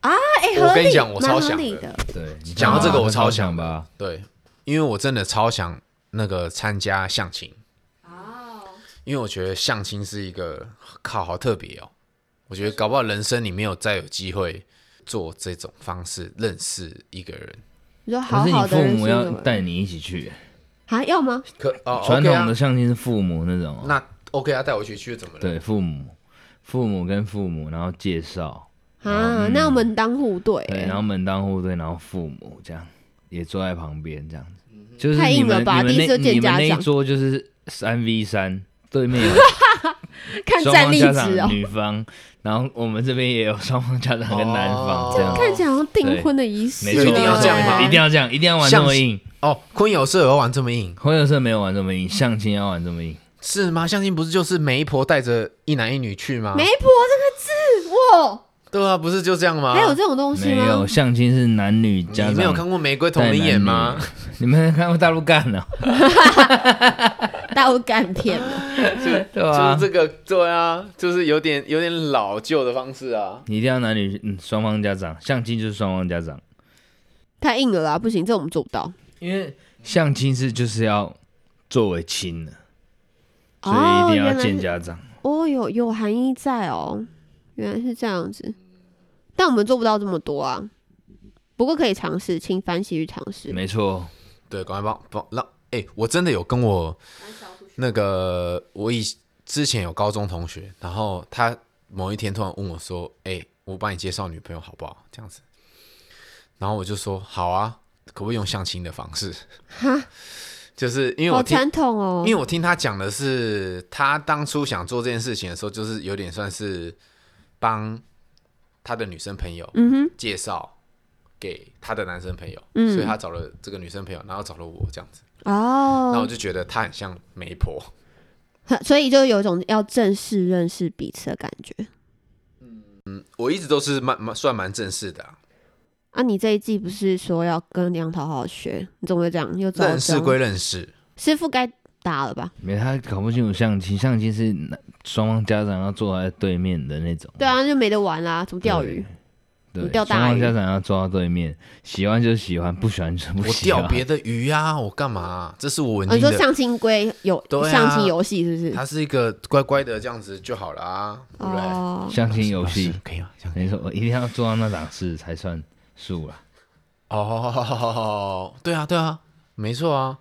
S3: 哎，
S1: 我
S3: 合
S1: 跟你
S3: 理，
S1: 讲我超
S3: 蛮合
S1: 想
S3: 理
S1: 的
S3: 的。
S2: 对，你
S1: 讲到这个我超
S2: 想
S1: 想
S2: 吧。
S1: 对，因为我真的超想那个参加相亲，
S3: 哦
S1: 因为我觉得相亲是一个靠好特别哦。我觉得搞不好人生你没有再有机会做这种方式认识一个人。
S3: 你说
S2: 可
S3: 好
S2: 是你
S3: 好的
S2: 父
S3: 人
S2: 母
S3: 是
S2: 要
S3: 什么
S2: 带你一起去，
S3: 啊？要吗？
S1: 可哦
S2: 传
S1: ，OK
S2: 统
S1: 啊
S2: 的，相亲是父母那种哦。
S1: 那 OK 啊，带我去去怎么了？
S2: 对，父母，父母跟父母，然后介绍，
S3: 啊，那我们当互对
S2: 嗯对，啊
S3: 欸、
S2: 然后门当户对，然后父母这样也坐在旁边这样子，
S1: 嗯
S2: 就是
S3: 太硬
S2: 你们
S3: 了吧
S2: 你们
S3: 第一次
S2: 那
S3: 见
S2: 你们
S3: 家
S2: 那一
S3: 长
S2: 桌就是三 v 三，对 面有
S3: 看
S2: 双
S3: 战
S2: 方
S3: 力
S2: 家
S3: 值哦、
S2: 长女方，然然后我们这边也有 双方家长跟男方这样
S1: 哦，
S3: 看起来好像订婚的仪式哦、
S2: 没
S1: 就
S2: 错，
S1: 一定要这样吗
S2: 一定要这样，一定要玩这么
S1: 像
S2: 硬。
S1: 哦，婚友社有玩这么硬
S2: 婚友社没有玩这么硬，相亲要玩这么硬。
S1: 是吗？相亲不是就是媒婆带着一男一女去吗？
S3: 媒婆这个字哇，
S1: 对啊，不是就这样吗？
S3: 还有这种东西
S2: 没有
S3: 吗？
S2: 相亲是男女家长，
S1: 你没有看过《玫瑰同林演》吗？？
S2: 你们看过大陆干哦 呢？
S3: 大陆干片嘛，
S2: 对啊吧？
S1: 这个，对啊，就是有点有点老旧的方式啊。
S2: 你一定要男女嗯双方家长，相亲就是双方家长，
S3: 太硬了啦，不行，这我们做不到。
S2: 因为相亲是就是要作为亲的，所
S3: 哦，
S2: 以一定
S3: 原来
S2: 要
S3: 是
S2: 见家长。
S3: 哦，有有含义在哦，原来是这样子，但我们做不到这么多啊。不过可以尝试，请反喜去尝试。
S2: 没错，
S1: 对，赶快帮帮让，哎、我真的有跟我那个我以之前有高中同学，然后他某一天突然问我说：“哎、我帮你介绍女朋友好不好？”这样子，然后我就说：“好啊，可不可以用相亲的方式？” 就是因为我
S3: 好
S1: 听
S3: 传统哦，
S1: 因为我听他讲的是，他当初想做这件事情的时候，就是有点算是帮他的女生朋友
S3: 嗯哼，
S1: 介绍给他的男生朋友，
S3: 嗯
S1: 所以他找了这个女生朋友，然后找了我这样子，那我
S3: 哦，
S1: 就觉得他很像媒婆，
S3: 所以就有一种要正式认识彼此的感觉。
S1: 我一直都是蛮蛮算蛮正式的啊、
S3: 啊，你这一季不是说要跟梁桃好好学，你怎么会这样？又找
S1: 认识归认识，
S3: 师傅该大了吧？
S2: 没他搞不清楚相亲，相亲是男双方家长要坐在对面的那种。
S3: 对啊，就没得玩啦，怎么钓鱼？
S2: 对，对，
S3: 你钓
S2: 双
S3: 大
S2: 方
S3: 鱼
S2: 家长要坐到对面，喜欢就喜欢，不喜欢就不
S1: 我
S2: 喜欢。
S1: 钓别的鱼啊，我干嘛啊、这是我稳
S3: 哦，你
S1: 定
S3: 说
S1: 的。
S3: 相亲龟有、
S1: 对啊
S3: 相亲游戏是不是？
S1: 它是一个乖乖的这样子就好了啊，对不对？
S3: 哦，
S2: 相亲游戏
S1: 老师，可以吗？相
S2: 没错，我一定要做到那档次才算数啦。
S1: 嗯哦，对啊，对啊，没错啊。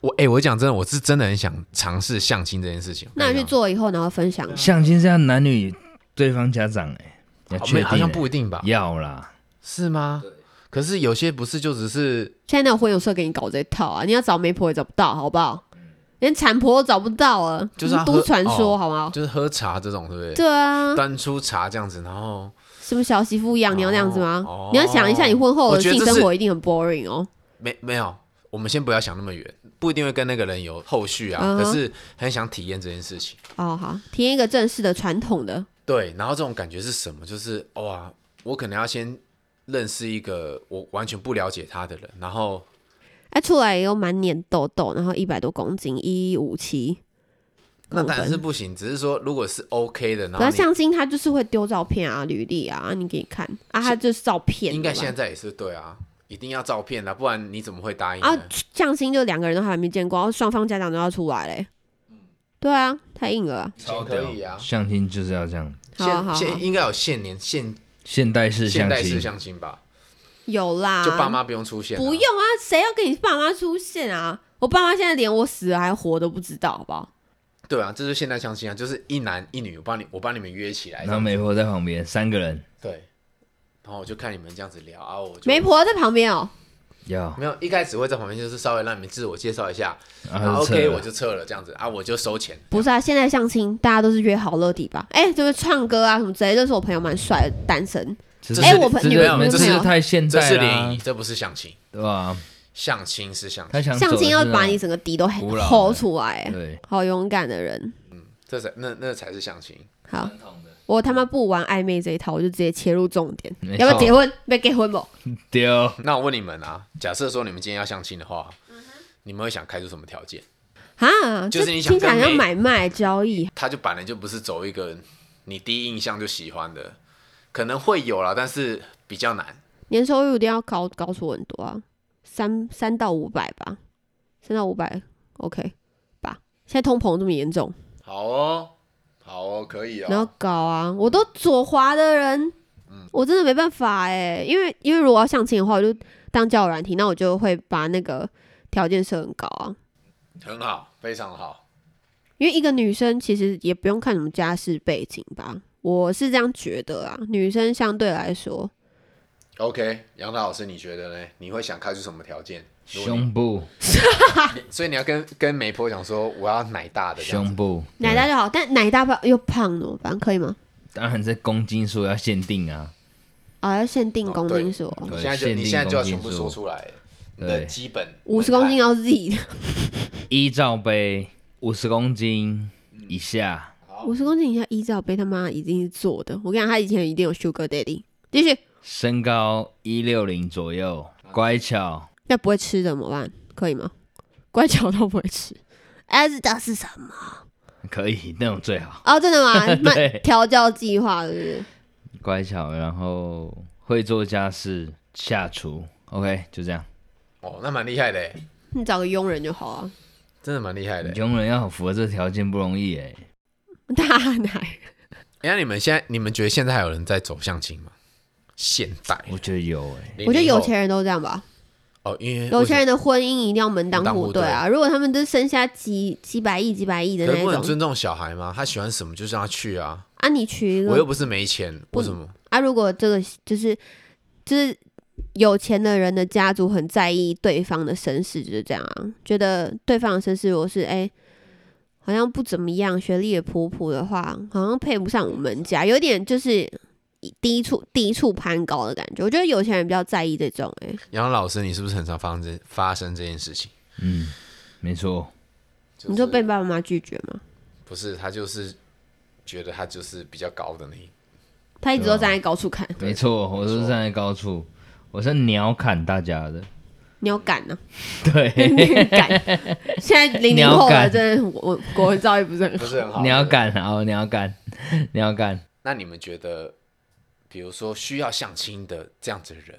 S1: 我哎、我讲真的，我是真的很想尝试相亲这件事情。
S3: 那
S1: 我
S3: 你去
S1: 跟
S3: 做以后，然后分享。
S1: 啊
S2: 相亲是要男女对方家长哎、要
S1: 你
S2: 确
S1: 哦讲，好没
S2: 定、
S1: 好像不一啊定吧？欸
S2: 要啦。
S1: 是吗？可是有些不是就只是
S3: 现在那种婚友社给你搞这一套啊，你要找媒婆也找不到，好不好？连产婆都找不到啊，
S1: 就是要喝
S3: 都市传说，
S1: 哦
S3: 好吗？
S1: 就是喝茶这种，对不对？
S3: 对啊，
S1: 端出茶这样子，然后
S3: 什么小媳妇养娘那样子吗？
S1: 哦
S3: 你要想一下，你婚后
S1: 我
S3: 的
S1: 觉得
S3: 性
S1: 这是
S3: 生活一定很 boring 哦。
S1: 没没有，我们先不要想那么远，不一定会跟那个人有后续啊。
S3: 嗯哼
S1: 可是很想体验这件事情。
S3: 哦，好，体验一个正式的、传统的，
S1: 对，然后这种感觉是什么？就是哇，我可能要先认识一个我完全不了解他的人，然后
S3: 哎、出来又满脸痘痘，然后一百多公斤，一一五七。
S1: 那当然
S3: 公
S1: 是
S3: 分
S1: 不行，只是说如果是 OK 的，然
S3: 可
S1: 后
S3: 是相亲他就是会丢照片啊、履历啊，你给你看啊，他就是照
S1: 你
S3: 片的吧。
S1: 应该现在也是对啊，一定要照片啊啦，不然你怎么会答应
S3: 啊
S1: 呢？，
S3: 相亲就两个人都还没见过，然后双方家长都要出来嘞。
S1: 嗯
S3: 对啊，太硬了啊。
S1: 超可以啊
S2: 相亲就是要这样，
S3: 好啊好
S1: 现
S3: 啊，
S1: 现应该有现年现
S2: 现代式
S1: 现
S2: 相
S1: 代式
S2: 亲，
S1: 相亲吧，
S3: 有啦，
S1: 就爸妈不用出现啊，
S3: 不用啊，谁要跟你爸妈出现啊？我爸妈现在连我死了还活都不知道，好不好？
S1: 对啊，这是现代相亲啊，就是一男一女，我帮你我帮你们约起来，
S2: 然后媒婆在旁边，三个人
S1: 对，然后我就看你们这样子聊啊，我就
S3: 媒婆在旁边哦、
S2: 要，
S1: 没有一开始会在旁边就是稍微让你们自我介绍一下，
S3: 啊
S2: 然
S1: 然后
S2: 后啊就撤
S1: OK
S2: 了
S1: 我就撤了这样子啊，我就收钱，
S3: 不是啊，现在相亲大家都是约好乐迪吧？哎、就是唱歌啊什么之类，认识我朋友蛮帅的，单身。
S2: 这是
S3: 哎我朋
S2: 这
S3: 你
S2: 就
S3: 们
S1: 你们
S2: 这
S1: 朋
S2: 是
S1: 友
S2: 太现
S1: 这
S2: 代
S1: 是
S2: 了
S1: 联
S2: 啊
S1: 谊，，这不是相亲，
S2: 对吧？
S1: 相亲是相亲
S2: 他，想走的
S3: 相亲要
S2: 是
S3: 把
S2: 那
S3: 哎你整个底都
S2: 古老
S3: 吼出来、
S2: 种对
S3: 好勇敢的人。
S1: 这才那那才是相亲。
S3: 好，我他妈不玩暧昧这一套，我就直接切入重点。
S2: 没
S3: 要不要
S2: 错
S3: 结婚？没结婚不？
S2: 丢
S1: 那我问你们啊，假设说你们今天要相亲的话，你们会想开出什么条件？
S3: 啊，
S1: 就是
S3: 这
S1: 你想
S3: 听起来
S1: 跟
S3: 像
S1: 妹
S3: 买卖交易，
S1: 他就本来就不是走一个你第一印象就喜欢的，可能会有啦，但是比较难。
S3: 年收入一定要高高出很多啊，三三到五百吧，三到五百，OK 吧？现在通膨这么严重，
S1: 好哦，好哦，可以
S3: 然后。搞啊，我都左滑的人，我真的没办法哎、因为因为如果要相亲的话，我就当交友软体，那我就会把那个条件设很高啊，
S1: 很好，非常好。
S3: 因为一个女生其实也不用看什么家世背景吧，我是这样觉得啊，女生相对来说，
S1: OK，杨大老师，你觉得呢？你会想开出什么条件？如果你
S2: 胸部
S1: 你所以你要跟跟媒婆讲说，我要奶大的这样子
S2: 胸部，对
S3: 奶大就好，但奶大胖又胖怎么办？可以吗？
S2: 当然这公斤数要限定啊，
S3: 啊、要限定
S1: 哦
S3: 公
S1: 对
S3: 斤数哦、
S1: 你
S2: 对
S1: 现在就
S2: 限定
S1: 你现在就要全部
S2: 公斤
S1: 说
S2: 数
S1: 出来，你的
S2: 对
S1: 基本
S3: 五十公斤哦
S1: 门
S3: 要 Z 的，
S2: 一罩杯五十公斤以下，
S3: 五十公斤以下依照被他妈已经是做的。我跟你讲，他以前一定有 Sugar Daddy，继续。
S2: 身高一六零左右，乖巧，
S3: 那不会吃的怎么办？可以吗？乖巧都不会吃。哎，这道是什么？
S2: 可以那种最好。
S3: 哦，真 的吗？那
S2: 对
S3: 调教计划是不是？
S2: 乖巧，然后会做家事，下厨。OK，就这样。
S1: 哦，那蛮厉害的耶，
S3: 你找个佣人就好啊。
S1: 真的蛮厉害的耶。
S2: 穷人要符合这条件不容易哎。
S3: 大奶，
S1: 哎、那你们现在，你们觉得现在还有人在走相亲吗？现代，
S2: 我觉得有哎，
S3: 我觉得有
S1: 人
S3: 钱人都这样吧。
S1: 哦，因为
S3: 有钱
S1: 人
S3: 人的婚姻一定要门当
S1: 门当户
S3: 户对啊！如果他们都生下几几百亿、几百亿的
S1: 可
S3: 那
S1: 是
S3: 一
S1: 不能
S3: 种
S1: 尊重小孩吗？他喜欢什么就让他去啊，
S3: 啊，你娶一
S1: 我又
S3: 个
S1: 不是没钱，
S3: 不
S1: 为什么？
S3: 啊，如果这个就是就是有钱的人的家族很在意对方的身世，就是这样啊，觉得对方的身世如果是哎、好像不怎么样，学历也普普的话，好像配不上我们家，有点就是低处低处攀高的感觉。我觉得有钱人比较在意这种哎、
S1: 杨老师，你是不是很常发生这发生这件事情？
S2: 嗯，没错，
S1: 就
S3: 你说
S1: 是
S3: 被爸爸妈妈拒绝吗？
S1: 不是他就是觉得他就是比较高的那 一，
S3: 他一直都站在高处看，
S2: 没错，我是站在高处，我是鸟砍大家的。
S3: 你有敢呢、
S2: 对，
S3: 你敢？现在零零后
S2: 你要
S3: 了，
S2: 敢
S3: 真的我我国文造诣不是很好。
S1: 是很
S2: 你要干哦，你要干，你要干。
S1: 那你们觉得，比如说需要相亲的这样子的人，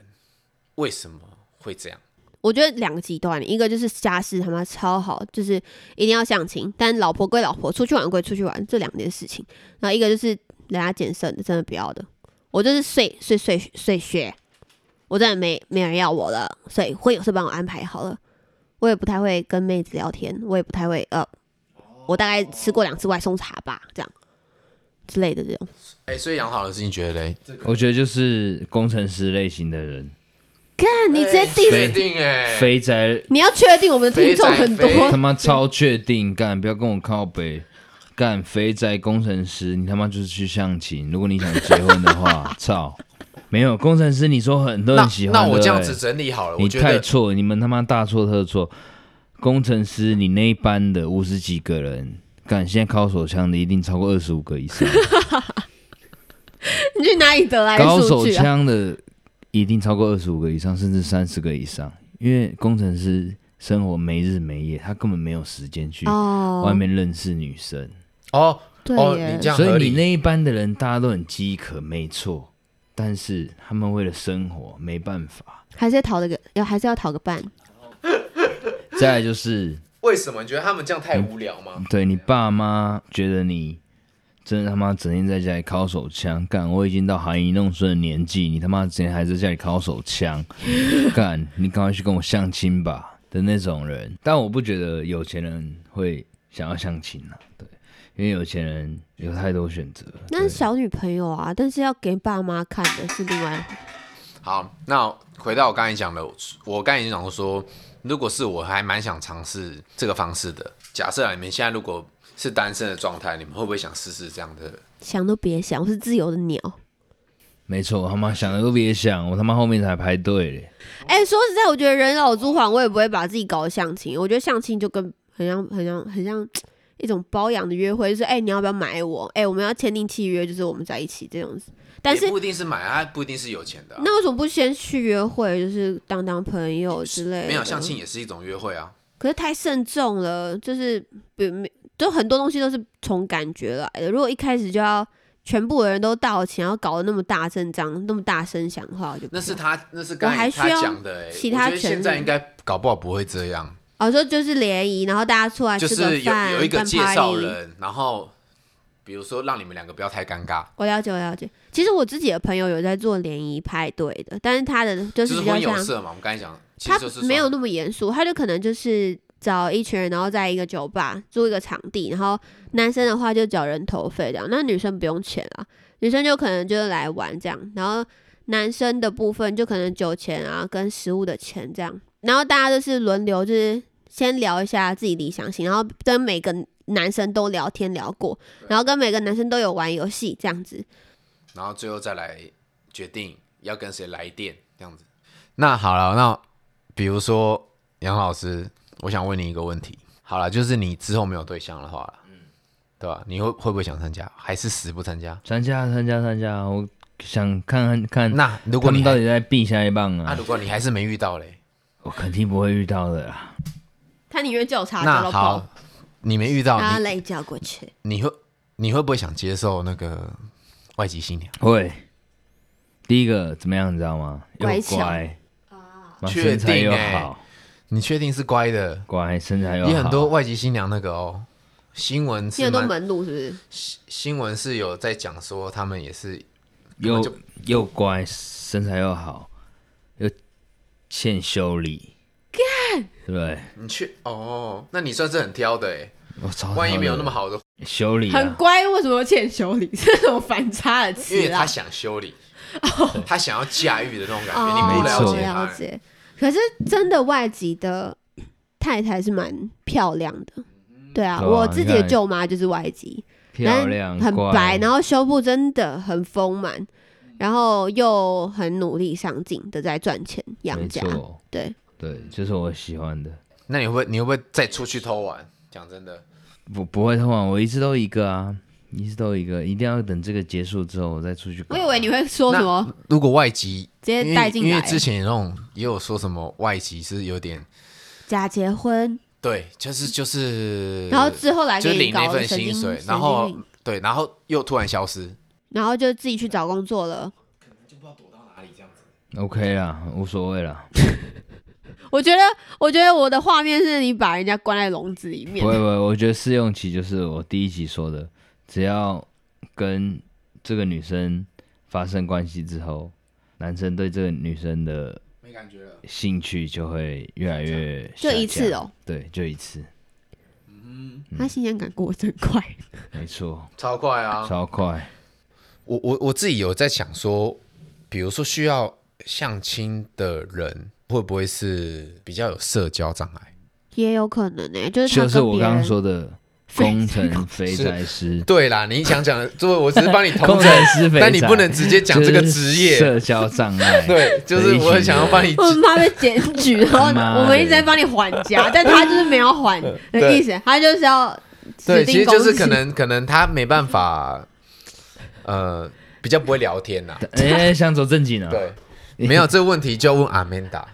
S1: 为什么会这样？
S3: 我觉得两个极端，一个就是家世他妈超好，就是一定要相亲，但老婆归老婆，出去玩归出去玩，这两件事情。然后一个就是人家捡剩的，真的不要的。我就是碎碎碎碎屑，我真的没没人要我了，所以婚友是帮我安排好了。我也不太会跟妹子聊天，我也不太会呃，我大概吃过两次外送茶吧，这样之类的这种。
S1: 哎、所以养好的是你觉得嘞？
S2: 我觉得就是工程师类型的人，
S3: 干，你直接
S1: 定
S3: 定，
S1: 定哎、
S2: 肥宅
S3: 你要确定我们的听众很多
S1: 肥宅肥
S2: 他妈超确定，干不要跟我靠北，干肥宅工程师，你他妈就是去相亲。如果你想结婚的 话，操，没有工程师，你说很多
S1: 那
S2: 人喜欢，
S1: 那我
S2: 对不
S1: 这样
S2: 对
S1: 子整理好了，
S2: 你
S1: 我觉
S2: 太
S1: 得
S2: 错，你们他妈大错特错。工程师，你那一班的五十几个人，干现在靠手枪的一定超过二十五个 以上，
S3: 你去哪里得来的
S2: 高
S3: 数
S2: 手
S3: 据啊？
S2: 枪的一定超过二十五个以上，甚至三十个以上。因为工程师生活没日没夜，他根本没有时间去
S3: 哦
S2: 外面认识女生，
S1: 哦
S3: 对
S1: 哦，
S3: 耶
S1: 你这样
S2: 所
S1: 合
S2: 以你
S1: 理。
S2: 那一班的人大家都很饥渴，没错。但是他们为了生活没办法。
S3: 还是要讨个，要还是要讨个伴。
S2: 再来就是
S1: 为什么你觉得他们这样太
S2: 嗯
S1: 无聊吗？
S2: 对你爸妈觉得你真的他妈整天在家里烤手枪，干！我已经到含饴弄孙的年纪，你他妈整天还在家里烤手枪， 干！你赶快去跟我相亲吧的那种人。但我不觉得有钱人会想要相亲啊，对，因为有钱人有太多选择。
S3: 那是小女朋友啊，但是要给爸妈看的是另外，
S1: 好，那回到我刚才讲的，我刚才已经讲说，如果是我还蛮想尝试这个方式的。假设啊你们现在如果是单身的状态，你们会不会想试试这样的？
S3: 想都别想，我是自由的
S1: 哦
S3: 鸟。
S2: 没错，我他妈想都别想，我他妈后面才排队嘞。
S3: 哎、说实在，我觉得人老珠黄，我也不会把自己搞得相亲。我觉得相亲就跟很像、很像、很像一种包养的约会，就是哎、你要不要买我？哎、我们要签订契约，就是我们在一起这种子。但是
S1: 也不一定是买，他不一定是有钱的啊、
S3: 那为什么不先去约会，就是当当朋友之类的？
S1: 没有相亲，也是一种约会啊。
S3: 可是太慎重了，就是比没就很多东西都是从感觉来的。如果一开始就要全部的人都到齐，然后搞得那么大阵仗、那么大声响的话，我就不
S1: 那是
S3: 要
S1: 他，那是刚
S3: 我
S1: 才
S3: 还
S1: 他
S3: 需要
S1: 讲的、欸，
S3: 其他
S1: 我觉得
S3: 权
S1: 现在
S3: 利
S1: 应该搞不好不会这样，
S3: 哦，说就是联谊，然后大家出来
S1: 就
S3: 啊吃
S1: 是
S3: 个
S1: 有
S3: 饭，
S1: 有一个
S3: 办
S1: 介绍
S3: party
S1: 人，然后比如说让你们两个不要太尴尬，
S3: 我了解，我了解。其实我自己的朋友有在做联谊派对的，但是他的就
S1: 就是是
S3: 比较
S1: 婚友
S3: 像
S1: 社嘛。我们刚才讲，其
S3: 他
S1: 实就是
S3: 没有
S1: 说
S3: 那么严肃，他就可能就是找一群人，然后在一个酒吧租一个场地，然后男生的话就缴人头费这样，那女生不用钱啊，女生就可能就是来玩这样，然后男生的部分就可能酒钱啊跟食物的钱这样，然后大家就是轮流就是先聊一下自己理想型，然后跟每个男生都聊天聊过，然后跟每个男生都有玩游戏这样子，
S1: 然后最后再来决定要跟谁来电这样子。那好了，那比如说杨老师，我想问你一个问题，好了，就是你之后没有对象的话，嗯，对吧？你会会不会想参加，还是死不参加？
S2: 参加参加参加，我想看看看，
S1: 那如果
S2: 他
S1: 你
S2: 们到
S1: 还
S2: 底在避下一棒
S1: 那
S2: 啊，
S1: 如果你还是没遇到嘞，
S2: 我肯定不会遇到的啦。
S3: 他宁愿叫我查叫
S1: 那
S3: 到爆
S1: 好，，你没遇到，
S3: 然后
S1: 你
S3: 累叫过去。
S1: 你会你会不会想接受那个外籍新娘？
S2: 会，第一个怎么样，你知道吗？又
S3: 乖巧啊
S2: 乖，妈
S1: 确
S2: 身材
S1: 定
S2: 又
S1: 欸
S2: 好，
S1: 你确定是乖的？
S2: 乖，身材又好，
S1: 也很多外籍新娘那个哦，新闻
S3: 你
S1: 是
S3: 有多
S1: 蛮
S3: 门路是不是？
S1: 新闻是有在讲说他们也是根本
S2: 又
S1: 就
S2: 又乖，身材又好，又欠修理，干，对
S1: 你去哦，那你算是很挑的哎，
S2: 不对？我操，
S1: 万一没有那么好的，
S2: 修理、
S3: 很
S2: 啊，
S3: 乖，为什么欠修理？ 这种反差的
S1: 因
S3: 词
S1: 为他
S3: 啊，
S1: 想修理，他想要驾驭的那种感觉，
S3: 哦
S1: 你不
S2: 了
S1: 解
S3: 了
S1: 他。哎
S3: 解。可是真的外籍的太太是蛮漂亮的，
S1: 嗯
S3: 对啊，
S2: 对啊
S3: 我自己的
S2: 你看
S3: 舅妈就是外籍，
S2: 漂亮，
S3: 很
S2: 乖
S3: 白，然后修复真的很丰满，然后又很努力上进的在赚钱养
S2: 没
S3: 家，
S2: 错，
S3: 对，
S2: 对，就是我喜欢的。
S1: 那你会不会你会不会再出去偷玩？讲真的，
S2: 我不会偷玩，我一直都一个啊，一直都有一个，一定要等这个结束之后我再出去搞。
S3: 我以为你会说什么，
S1: 如果外籍，
S3: 直接
S1: 因
S3: 带
S1: 为
S3: 进
S1: 因
S3: 来
S1: 为，之前有那种也有说什么外籍是有点
S3: 假结婚，
S1: 对，就是就是，
S3: 然后之后来
S1: 就
S3: 给你
S1: 领了一
S3: 搞
S1: 份
S3: 神
S1: 薪
S3: 经
S1: 水，
S3: 神
S1: 然
S3: 经
S1: 后
S3: 病
S1: 对，然后又突然消失，
S3: 然后就自己去找工作了。
S2: OK 啦，无所谓啦，
S3: 我觉得，我觉得我的画面是你把人家关在笼子里面
S2: 不，会不会，我觉得试用期就是我第一集说的，只要跟这个女生发生关系之后，男生对这个女生的
S1: 没感觉了。
S2: 兴趣就会越来越
S3: 就一
S2: 下降
S3: 次，哦，
S2: 对，就一次，
S1: 嗯
S3: 他新鲜感过得真快。
S2: 没错，
S1: 超快啊！
S2: 超快，
S1: 我我我自己有在想说，比如说需要相亲的人，会不会是比较有社交障碍？
S3: 也有可能呢、就是他
S2: 就是
S3: 跟
S2: 我
S3: 别
S2: 刚刚
S3: 人
S2: 说的工程肥宅师，
S1: 对啦，你想讲的，对我只是帮你
S2: 工
S1: 统整，
S2: 程师肥宅，
S1: 但你不能直接讲这个职
S2: 就是
S1: 业。
S2: 社交障 碍，
S1: 对，就是我很想要帮你
S3: 我们怕被检举，然 后
S2: 妈的
S3: 我们一直在帮你还价，但他就是没有还的
S1: 对
S3: 意思，他就是要
S1: 对，
S3: 指定
S1: 其实就是
S3: 公式
S1: 可能可能他没办法，呃，比较不会聊天呐。
S2: 哎，想走正经啊，
S1: 对，没有这个问题就要问阿曼 达。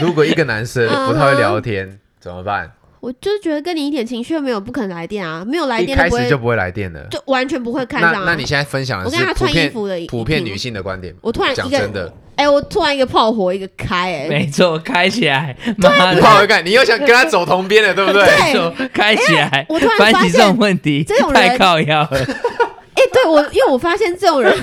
S1: 如果一个男生不太会聊天，怎么办？
S3: 我就觉得跟你一点情绪都没有，不可能来电啊，没有来
S1: 一
S3: 电都
S1: 开
S3: 不会
S1: 始就不会来电了。
S3: 就完全不会看
S1: 那
S3: 上、啊。
S1: 那你现在分享的
S3: 我跟
S1: 是
S3: 他
S1: 普
S3: 穿衣
S1: 遍
S3: 服的一
S1: 普遍
S3: 一瓶
S1: 女性的观点。
S3: 我突然一个
S1: 讲真的，
S3: 哎、我突然一个炮火一个开、哎，
S2: 没错，开起来，妈
S1: 不
S2: 的，
S1: 好看，你又想跟他走同 边了，对不对？
S2: 没错，开起来，
S3: 哎我突然
S2: 反
S3: 发
S2: 正你
S3: 现
S2: 这种问题
S3: 这种人
S2: 太靠腰了，
S3: 哎、对我，因为我发现这种 人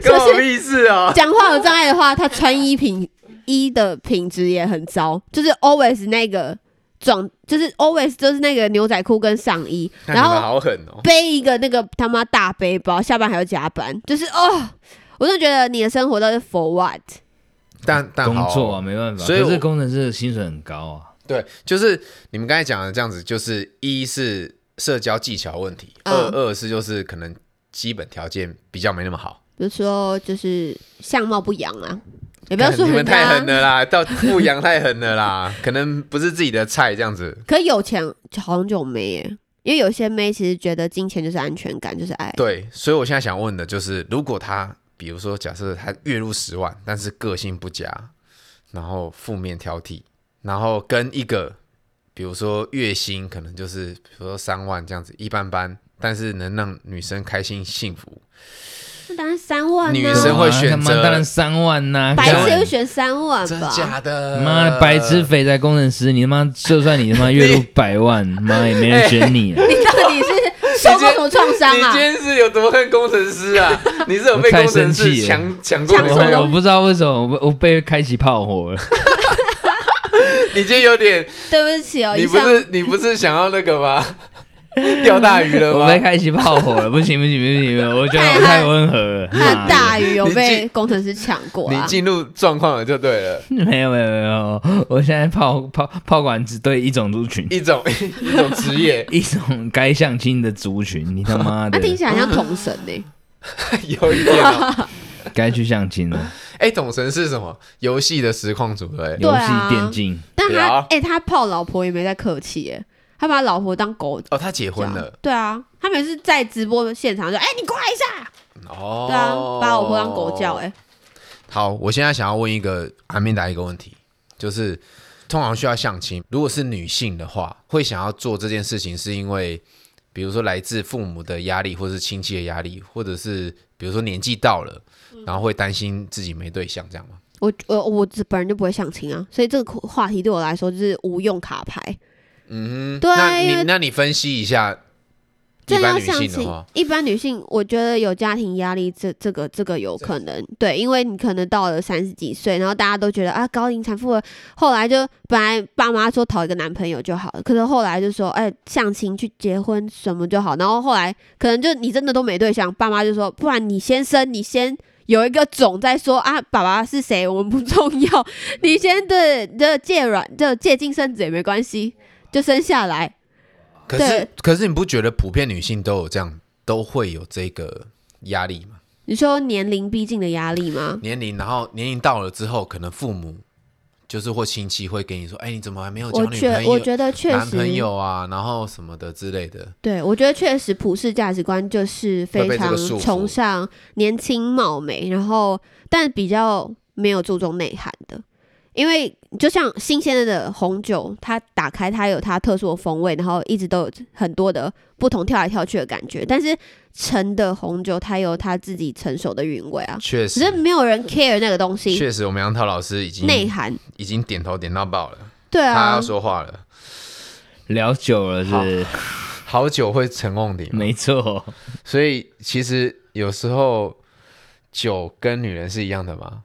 S1: 跟我
S3: 就是
S1: 屁事 啊！
S3: 讲话有障碍的话，他穿衣品衣的品质也很糟，就是 always 那个状，就是 always 就是那个牛仔裤跟上衣，
S1: 看你
S3: 然
S1: 们
S3: 后
S1: 好狠哦！
S3: 背一个那个他妈大背包，下班还要加班，就是哦，我真的觉得你的生活到底是 for what？
S1: 但但
S2: 工
S1: 好
S2: 作啊，没办法，
S1: 所以
S2: 可是
S1: 我
S2: 工程师的薪水很高啊。
S1: 对，就是你们刚才讲的这样子，就是一是社交技巧问题，二
S3: 嗯
S1: 二是就是可能基本条件比较没那么好。
S3: 比如说就是相貌不扬啊，也不要
S1: 干
S3: 说啊
S1: 你们
S3: 人
S1: 太
S3: 家
S1: 狠了啦，到富阳太狠了啦，可能不是自己的菜这样子。
S3: 可有钱好像就有妹耶，因为有些妹其实觉得金钱就是安全感，就是爱。
S1: 对，所以我现在想问的就是，如果他比如说假设他月入十万，但是个性不佳，然后负面挑剔，然后跟一个比如说月薪可能就是比如说三万这样子一般般，但是能让女生开心幸福，
S3: 那当然三万、啊，
S1: 女生会选择
S2: 哇他妈当然三万呐、
S3: 白痴
S1: 干
S3: 会选三万
S1: 真
S3: 吧？
S1: 假的？
S2: 妈的白痴肥宅工程师，你他妈就算你他妈月入 百万，妈也没人选你、啊。
S3: 你到底是受过什么创伤
S1: 你今
S3: 啊？
S1: 天是有多恨工程师啊？你是有被
S2: 我太
S1: 工程
S2: 生
S1: 师
S2: 气了
S1: 抢抢过
S3: 抢什么
S1: 的
S2: 我
S3: 东
S2: 我不知道为什么我我被开启炮火了，
S1: 你今天有点，
S3: 对不起哦，
S1: 你
S3: 以
S1: 不
S3: 上
S1: 是你不是想要那个吗？ 钓大鱼了
S2: 我
S1: 吗？
S2: 被开启炮火了，不 行不行不行不行，我觉得我太温和了。
S3: 那哎大鱼有
S1: 你
S3: 被
S1: 进
S3: 工程师抢过
S1: 啊你
S3: 啊？
S1: 进入状况了就对了，
S2: 没有没有没有，我现在炮炮炮管只对一种族群，
S1: 一种 一种职 业
S2: 一种该相亲的族群，你他妈 的
S3: 那啊听起来很像童神呢、
S1: 嗯有一点、哦。
S2: 该去相亲了。
S1: 哎，董神是什么？游戏的实况组对不对。
S2: 游
S3: 对
S2: 戏
S3: 啊
S2: 电竞，
S3: 但
S1: 对
S3: 他
S1: 啊
S3: 哎、他泡老婆也没在客气耶、他把老婆当狗
S1: 哦，他结婚了
S3: 对啊，他每次在直播现场就哎、你过来一下，
S1: 哦。
S3: 对啊，把老婆当狗叫哎、
S1: 好，我现在想要问一个阿明达一个问题，就是通常需要相亲，如果是女性的话，会想要做这件事情，是因为比如说来自父母的压力，或是亲戚的压力，或者是比如说年纪到了，然后会担心自己没对象，这样吗？
S3: 我我我这本人就不会相亲啊，所以这个话题对我来说就是无用卡牌。
S1: 嗯哼，
S3: 对啊
S1: 那
S3: 因为
S1: 你那你分析一下一
S3: 真的
S1: 般
S3: 要
S1: 女
S3: 相
S1: 性的
S3: 亲
S1: 话，，
S3: 一般女性我觉得有家庭压力，这这个这个有可能对，因为你可能到了三十几岁，然后大家都觉得啊高龄产妇了，后来就本来爸妈说讨一个男朋友就好了，可是后来就说哎、相亲去结婚什么就好，然后后来可能就你真的都没对象，爸妈就说不然你先生你先。有一个种再说啊，爸爸是谁我们不重要，你先对这借卵就借精生子也没关系，就生下来，
S1: 可是
S3: 对
S1: 可是你不觉得普遍女性都有这样，都会有这个压力吗？
S3: 你说年龄逼近的压力吗？
S1: 年龄，然后年龄到了之后，可能父母就是或亲戚会给你说，哎，你怎么还没有交
S3: 我
S1: 女
S3: 觉
S1: 朋
S3: 我
S1: 友、
S3: 觉得确实嗯
S1: 男朋友啊，然后什么的之类的，
S3: 对，我觉得确实普世价值观就是
S1: 会
S3: 非
S1: 被这
S3: 常
S1: 个束缚
S3: 崇尚年轻貌美，然后但比较没有注重内涵的。因为就像新鲜的红酒，它打开它有它特殊的风味，然后一直都有很多的不同跳来跳去的感觉。但是陈的红酒，它有它自己成熟的韵味啊，
S1: 确
S3: 只是
S1: 实，
S3: 没有人 care 那个东西
S1: 确实，我们杨桃老师已经
S3: 内涵。
S1: 已经点头点到爆了，
S3: 对
S1: 他
S3: 啊
S1: 要，说话了，
S2: 聊久了是不是
S1: 好久会成瓮顶，
S2: 没错，
S1: 所以其实有时候酒跟女人是一样的嘛，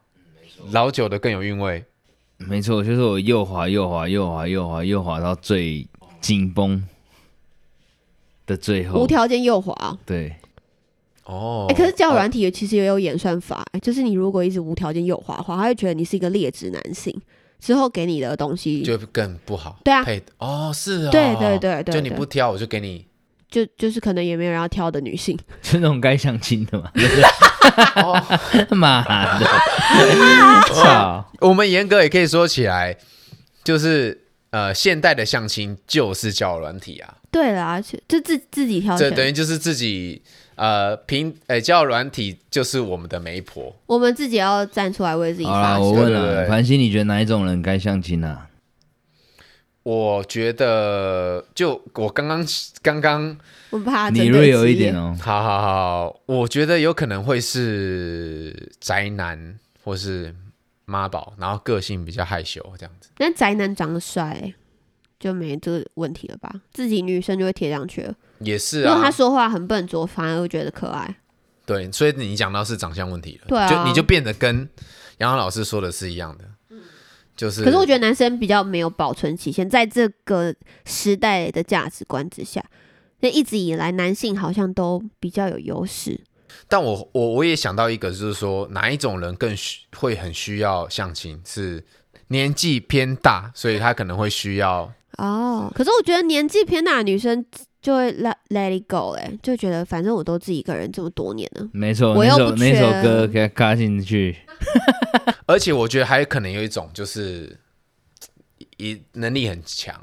S1: 老酒的更有韵味，
S2: 没错，就是我又滑又滑又滑又滑又滑到最紧绷的最
S3: 无
S2: 后，
S3: 条件右滑啊。
S2: 对，
S1: 哦，
S3: 哎、可是交友软体其实也有演算法、欸就是你如果一直无条件右滑的话，他会觉得你是一个劣质男性，之后给你的东西，
S1: 就更不好。
S3: 对啊
S1: 配哦，是哦，
S3: 对对对对
S1: 就你
S3: 对
S1: 不挑，我就给你。
S3: 就就是可能也没有人要挑的女性，
S2: 就那种该相亲的嘛，
S1: 哦，
S2: 妈的，操，
S1: 我们严格也可以说起来，就是呃，现代的相亲就是交友软体啊，
S3: 对啦，就就自自己挑
S1: 这等
S3: 选，
S1: 于就是自己呃平呃交友软体就是我们的媒婆，
S3: 我们自己要站出来为自己
S2: 好啦，
S3: 发
S2: 我问
S3: 声。
S1: 对对
S2: 了，
S1: 对
S2: 凡心，你觉得哪一种人该相亲啊？
S1: 我觉得就我刚刚刚刚，
S3: 我们怕他
S2: 你
S3: 啊针对
S2: 略有一
S3: 职业
S2: 点，哦，
S1: 好好好，我觉得有可能会是宅男或是妈宝，然后个性比较害羞这样子。
S3: 但宅男长得帅、欸就没这个问题了吧？自己女生就会贴上去了。
S1: 也是
S3: 如果
S1: 啊，
S3: 他说话很笨拙，反而会觉得可爱。
S1: 对，所以你讲到是长相问题了，
S3: 对啊
S1: 就你就变得跟杨洋老师说的是一样的，就是。
S3: 可是我觉得男生比较没有保存期限，在这个时代的价值观之下，那一直以来男性好像都比较有优势。
S1: 但我我我也想到一个，就是说哪一种人更需会很需要相亲，是年纪偏大，所以他可能会需要
S3: 哦，可是我觉得年纪偏大的女生就会 let let it go 哎、就觉得反正我都自己一个人这么多年了，
S2: 没错，
S3: 我
S2: 那
S3: 又
S2: 首
S3: 不
S2: 那首
S3: 缺
S2: 歌给它嘎进去，
S1: 而且我觉得还可能有一种就是一能力很强，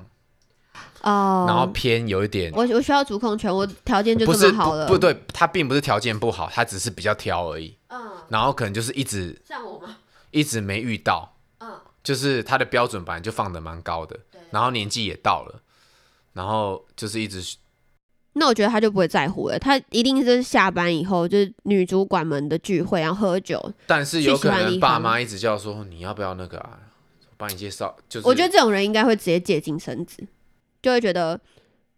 S3: 哦，
S1: 然后偏有一点
S3: 我我需要主控权，我条件就
S1: 不
S3: 这
S1: 是
S3: 么好了，
S1: 不不对，他并不是条件不好，他只是比较挑而已。然后可能就是一直
S3: 嗯像我吗？
S1: 一直没遇到，
S3: 嗯
S1: 就是他的标准本来就放的蛮高的，然后年纪也到了，然后就是一直
S3: 那我觉得他就不会在乎了，他一定是下班以后就是女主管们的聚会，然后喝酒，
S1: 但是有可
S3: 去喜欢
S1: 能
S3: 地方
S1: 爸妈一直叫说你要不要那个啊，我帮你介绍，就是
S3: 我觉得这种人应该会直接借精生子，就会觉得，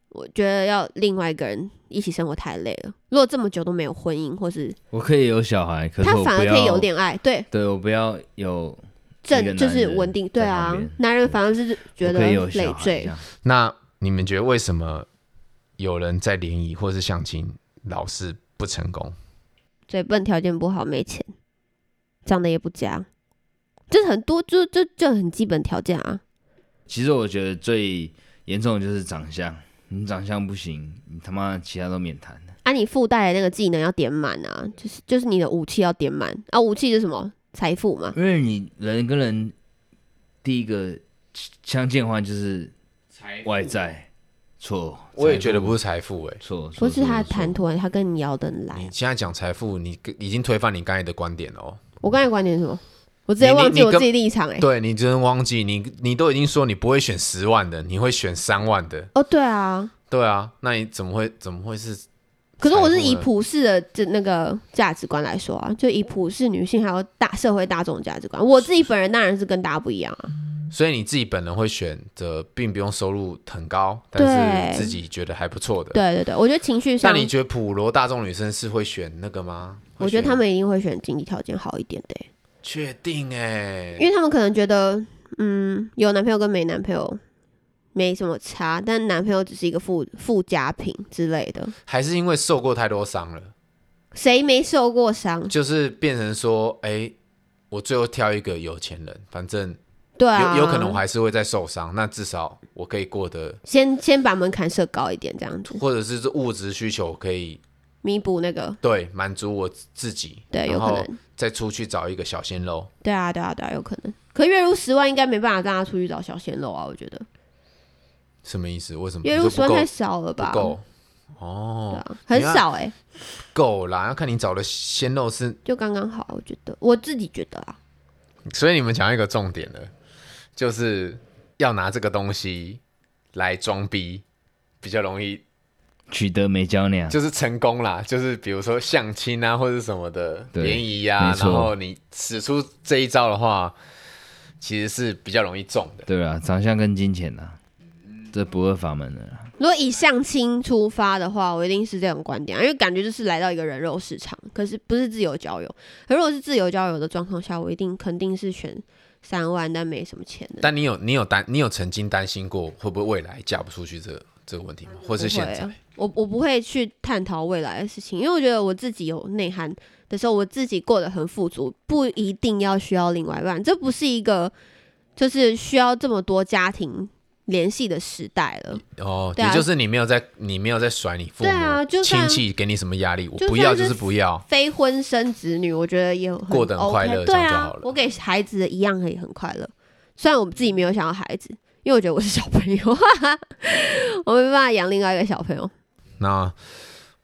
S3: 我觉得要另外一个人一起生活太累了。如果这么久都没有婚姻，或是
S2: 我可以有小孩，可是
S3: 他
S2: 我
S3: 反
S2: 不
S3: 而可以有
S2: 要，
S3: 恋爱，对，
S2: 对我不要有一个
S3: 正
S2: 男
S3: 就是
S2: 人
S3: 稳定，对
S2: 在旁
S3: 啊
S2: 边，
S3: 男人反而是觉
S2: 我
S3: 得
S2: 可以有
S3: 累
S2: 小孩这
S3: 赘
S2: 样。。
S1: 那你们觉得为什么有人在联谊或是相亲老是不成功？
S3: 嘴笨，条件不好，没钱，长得也不佳，这很多就就就很基本条件啊。
S2: 其实我觉得最严重的就是长相，你长相不行，你他妈其他都免谈了。
S3: 啊，你附带的那个技能要点满啊，就是就是你的武器要点满啊，武器是什么？财富嘛。
S2: 因为你人跟人第一个相见的话就是外在，错，
S1: 我也觉得
S2: 财
S1: 不是财富哎、
S2: 富错，错
S3: 不是他的谈，
S2: 错
S3: 吐，他跟你聊得来啊
S1: 你。现在讲财富，你跟已经推翻你刚才的观点了哦。
S3: 我刚才观点是什么？我直接
S1: 你
S3: 忘记
S1: 你
S3: 我
S1: 跟
S3: 自己立场哎、欸。
S1: 对你真忘记你，你都已经说你不会选十万的，你会选三万的。
S3: 哦，对啊，
S1: 对啊，那你怎么会怎么会是？
S3: 可是我是
S1: 财富
S3: 以
S1: 呢
S3: 普世的这那个价值观来说啊，就以普世女性还有大社会大众的价值观，我自己本人当然是跟大家不一样啊。
S1: 所以你自己本人会选择，并不用收入很高，但
S3: 对
S1: 是自己觉得还不错的。
S3: 对对对，我觉得情绪
S1: 那
S3: 上，
S1: 你觉得普罗大众女生是会选那个吗？
S3: 我觉得他
S1: 会选
S3: 们一定会选经济条件好一点的欸、
S1: 确定哎、
S3: 因为他们可能觉得，嗯，有男朋友跟没男朋友没什么差，但男朋友只是一个附附加品之类的。
S1: 还是因为受过太多伤了，
S3: 谁没受过伤？
S1: 就是变成说，哎、我最后挑一个有钱人，反正
S3: 对啊，
S1: 有有可能我还是会再受伤，那至少我可以过得，
S3: 先先把门槛设高一点，这样子
S1: 或者是这物质需求可以
S3: 弥补那个。
S1: 对满足我自己，
S3: 对，有
S1: 然
S3: 可
S1: 后
S3: 能。
S1: 再出去找一个小鲜肉。
S3: 对啊，对啊，对啊，有可能。可月入十万应该没办法让他出去找小鲜肉啊，我觉得
S1: 什么意思？为什么？
S3: 月
S1: 你说
S3: 入十万
S1: 嗯不够
S3: 太少了吧？
S1: 不够
S3: 对
S1: 哦，
S3: 啊，很
S1: 你看
S3: 少哎、
S1: 够啦，要看你找的鲜肉是。
S3: 就刚刚好，我觉得我自己觉得啊，
S1: 所以你们讲到一个重点了，就是要拿这个东西来装逼，比较容易
S2: 取得没交娘，
S1: 就是成功啦，就是比如说相亲啊，或者什么的
S2: 对
S1: 联谊啊
S2: 没，错
S1: 然后你使出这一招的话，其实是比较容易中的。
S2: 对啊，长相跟金钱呐、这不二法门的啦。
S3: 如果以相亲出发的话，我一定是这种观点、啊，因为感觉就是来到一个人肉市场，可是不是自由交友。可如果是自由交友的状况下，我一定肯定是选三万但没什么钱的。
S1: 但你有你有担你有曾经担心过会不会未来嫁不出去这个这个问题吗？或是
S3: 不
S1: 现
S3: 会
S1: 在
S3: 啊？我我不会去探讨未来的事情，因为我觉得我自己有内涵的时候，我自己过得很富足，不一定要需要另外一半。这不是一个就是需要这么多家庭联系的时代了。
S1: 哦，
S3: 对啊
S1: 也就是你没有在你没有在甩你父母、
S3: 对啊就算
S1: 亲戚给你什么压力，我
S3: 就
S1: 不要
S3: 算
S1: 就是是不要。
S3: 非婚生子女，我觉得也很
S1: 过得很
S3: OK
S1: 快乐
S3: 对
S1: 这样就好
S3: 啊
S1: 了，
S3: 我给孩子一样可以很快乐，虽然我自己没有想要孩子，因为我觉得我是小朋友， 我没办法养另外一个小朋友。
S1: 哦那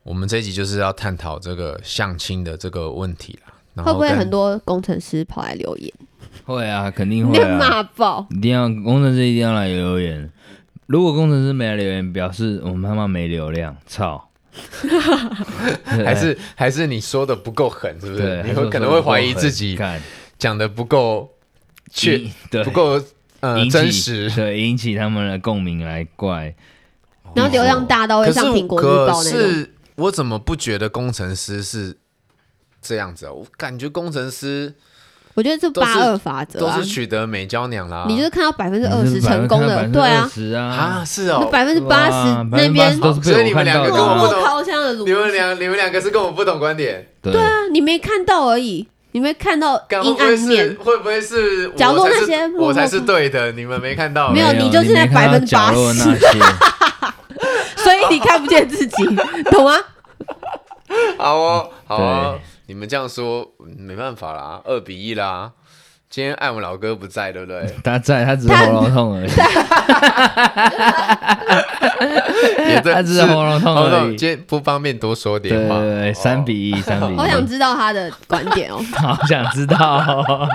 S1: 我们这一集就是要探讨这个相亲的这个问题啦。然
S3: 会
S1: 后
S3: 不会
S1: 跟
S3: 很多工程师跑来留言，
S2: 会啊，肯定会
S3: 被
S2: 啊，
S3: 骂爆？
S2: 一定要工程师一定要来留言。如果工程师没来留言，表示我们他妈没流量， 操！
S1: 还是还是你说的不够狠，是不
S2: 对
S1: 是？，
S2: 还
S1: 你
S2: 是
S1: 会
S2: 我
S1: 可能
S2: 说
S1: 会
S2: 的不够
S1: 怀疑
S2: 狠
S1: 自己
S2: 干
S1: 讲的不够确，
S2: 引对
S1: 不够呃
S2: 引起
S1: 真实。
S2: 对，引起他们的共鸣来怪。
S3: 然后流量大到会
S1: 可
S3: 上
S1: 是
S3: 哦苹果日
S1: 可
S3: 报那种，
S1: 是我怎么不觉得工程师是这样子啊？我感觉工程师
S3: 我觉得这
S1: 都是
S3: 八二法则
S1: 都
S3: 啊
S1: 是，取得美娇娘啦。
S3: 你就是看到百分之二十成功的，对啊，
S2: 十啊
S1: 啊，，是哦，
S3: 百分之八十那边
S2: 都是被
S1: 所以你
S2: 我
S1: 们
S2: 看
S1: 两
S2: 到
S1: 个跟我
S3: 默
S1: 不
S2: 的啊。
S3: 默
S1: 懂
S3: 掏枪的卢
S1: 你们
S3: 比，
S1: 两你们两个是跟我不同观点，
S2: 对啊，
S3: 你没看到而已，你没看到
S1: 干会
S3: 阴
S1: 不会
S3: 暗
S1: 是
S3: 面。
S1: 会不会是我
S3: 角落
S1: 才
S3: 那
S1: 是
S3: 些
S1: 我才是
S3: 默默
S1: 对的，你们没看到
S3: 没有你就是在
S2: 哦没看到角落那些
S3: 所以你看不见 自己，懂吗？
S1: 好哦，好哦，你们这样说嗯没办法啦，二比一啦。今天艾文老哥不在，对 不对？
S2: 他在，他只是喉咙痛而已，
S1: 也对，
S2: 他只是喉咙痛
S1: 好
S2: 而
S1: 痛
S2: 已。
S1: 今天不方便多说
S2: 对
S1: 点
S2: 对
S1: 话。
S2: 对，三比一，三比一。
S3: 好想知道他的观点哦。
S2: 好想知道哦。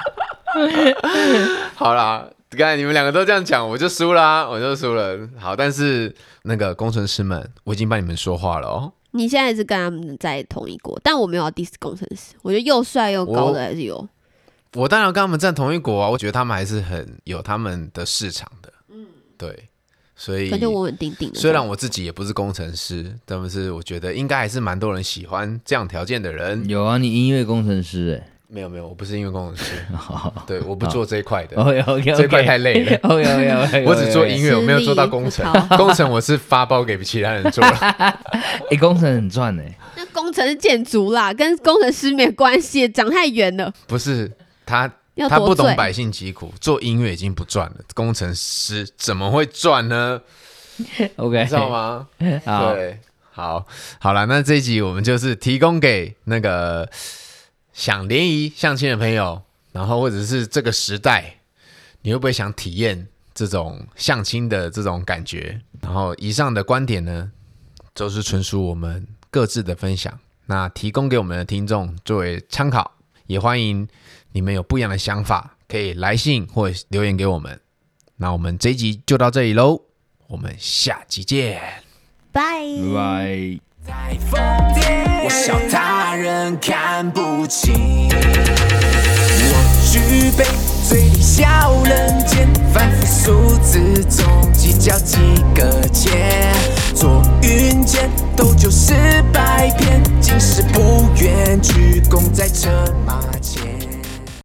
S1: 好啦，刚才你们两个都这样讲，我就输啦，我就输了。好，但是那个工程师们，我已经帮你们说话了哦。
S3: 你现在是跟他们在同一国，但我没有要 diss 工程师，我觉得又帅又高的还是有。
S1: 我当然跟他们站同一国啊，我觉得他们还是很有他们的市场的。嗯，对，所以
S3: 感觉稳稳定定的。
S1: 虽然我自己也不是工程师，但是我觉得应该还是蛮多人喜欢这样条件的人。
S2: 有啊，你音乐工程师
S1: 没有没有，我不是音乐工程师，
S2: 哎。好
S1: 对，我不做这一块的，
S2: ，OK OK，
S1: 这一块太累 了。
S2: OK OK，
S1: 我只做
S2: 哦
S1: 音乐，
S3: 吃力
S1: 我没有做到工程
S3: 不。讨
S1: 工程我是发包给其他人做了。
S2: 哎，工程很 赚哎。
S3: 那工程是建筑啦，跟工程师没有关系，长太远了，
S1: 不是他，
S3: 要
S1: 他不
S3: 多
S1: 懂
S3: 罪。
S1: 百姓疾苦，做音乐已经不赚了，工程师怎么会赚呢？
S2: OK，
S1: 你知道？吗？
S2: 好，
S1: 啊对，好，好了，那这一集我们就是提供给那个想联谊相亲的朋友，然后或者是这个时代，你会不会想体验这种相亲的这种感觉？然后以上的观点呢，都是纯属我们各自的分享，那提供给我们的听众作为参考，也欢迎你们有不一样的想法，可以来信或留言给我们。那我们这一集就到这里喽，我们下集见。
S3: 拜
S2: 拜拜。
S4: 我笑他人看不清。我具备最低效能键，反复数字中计较几个钱，做云间斗酒诗百篇，今世不远，鞠躬在车马前。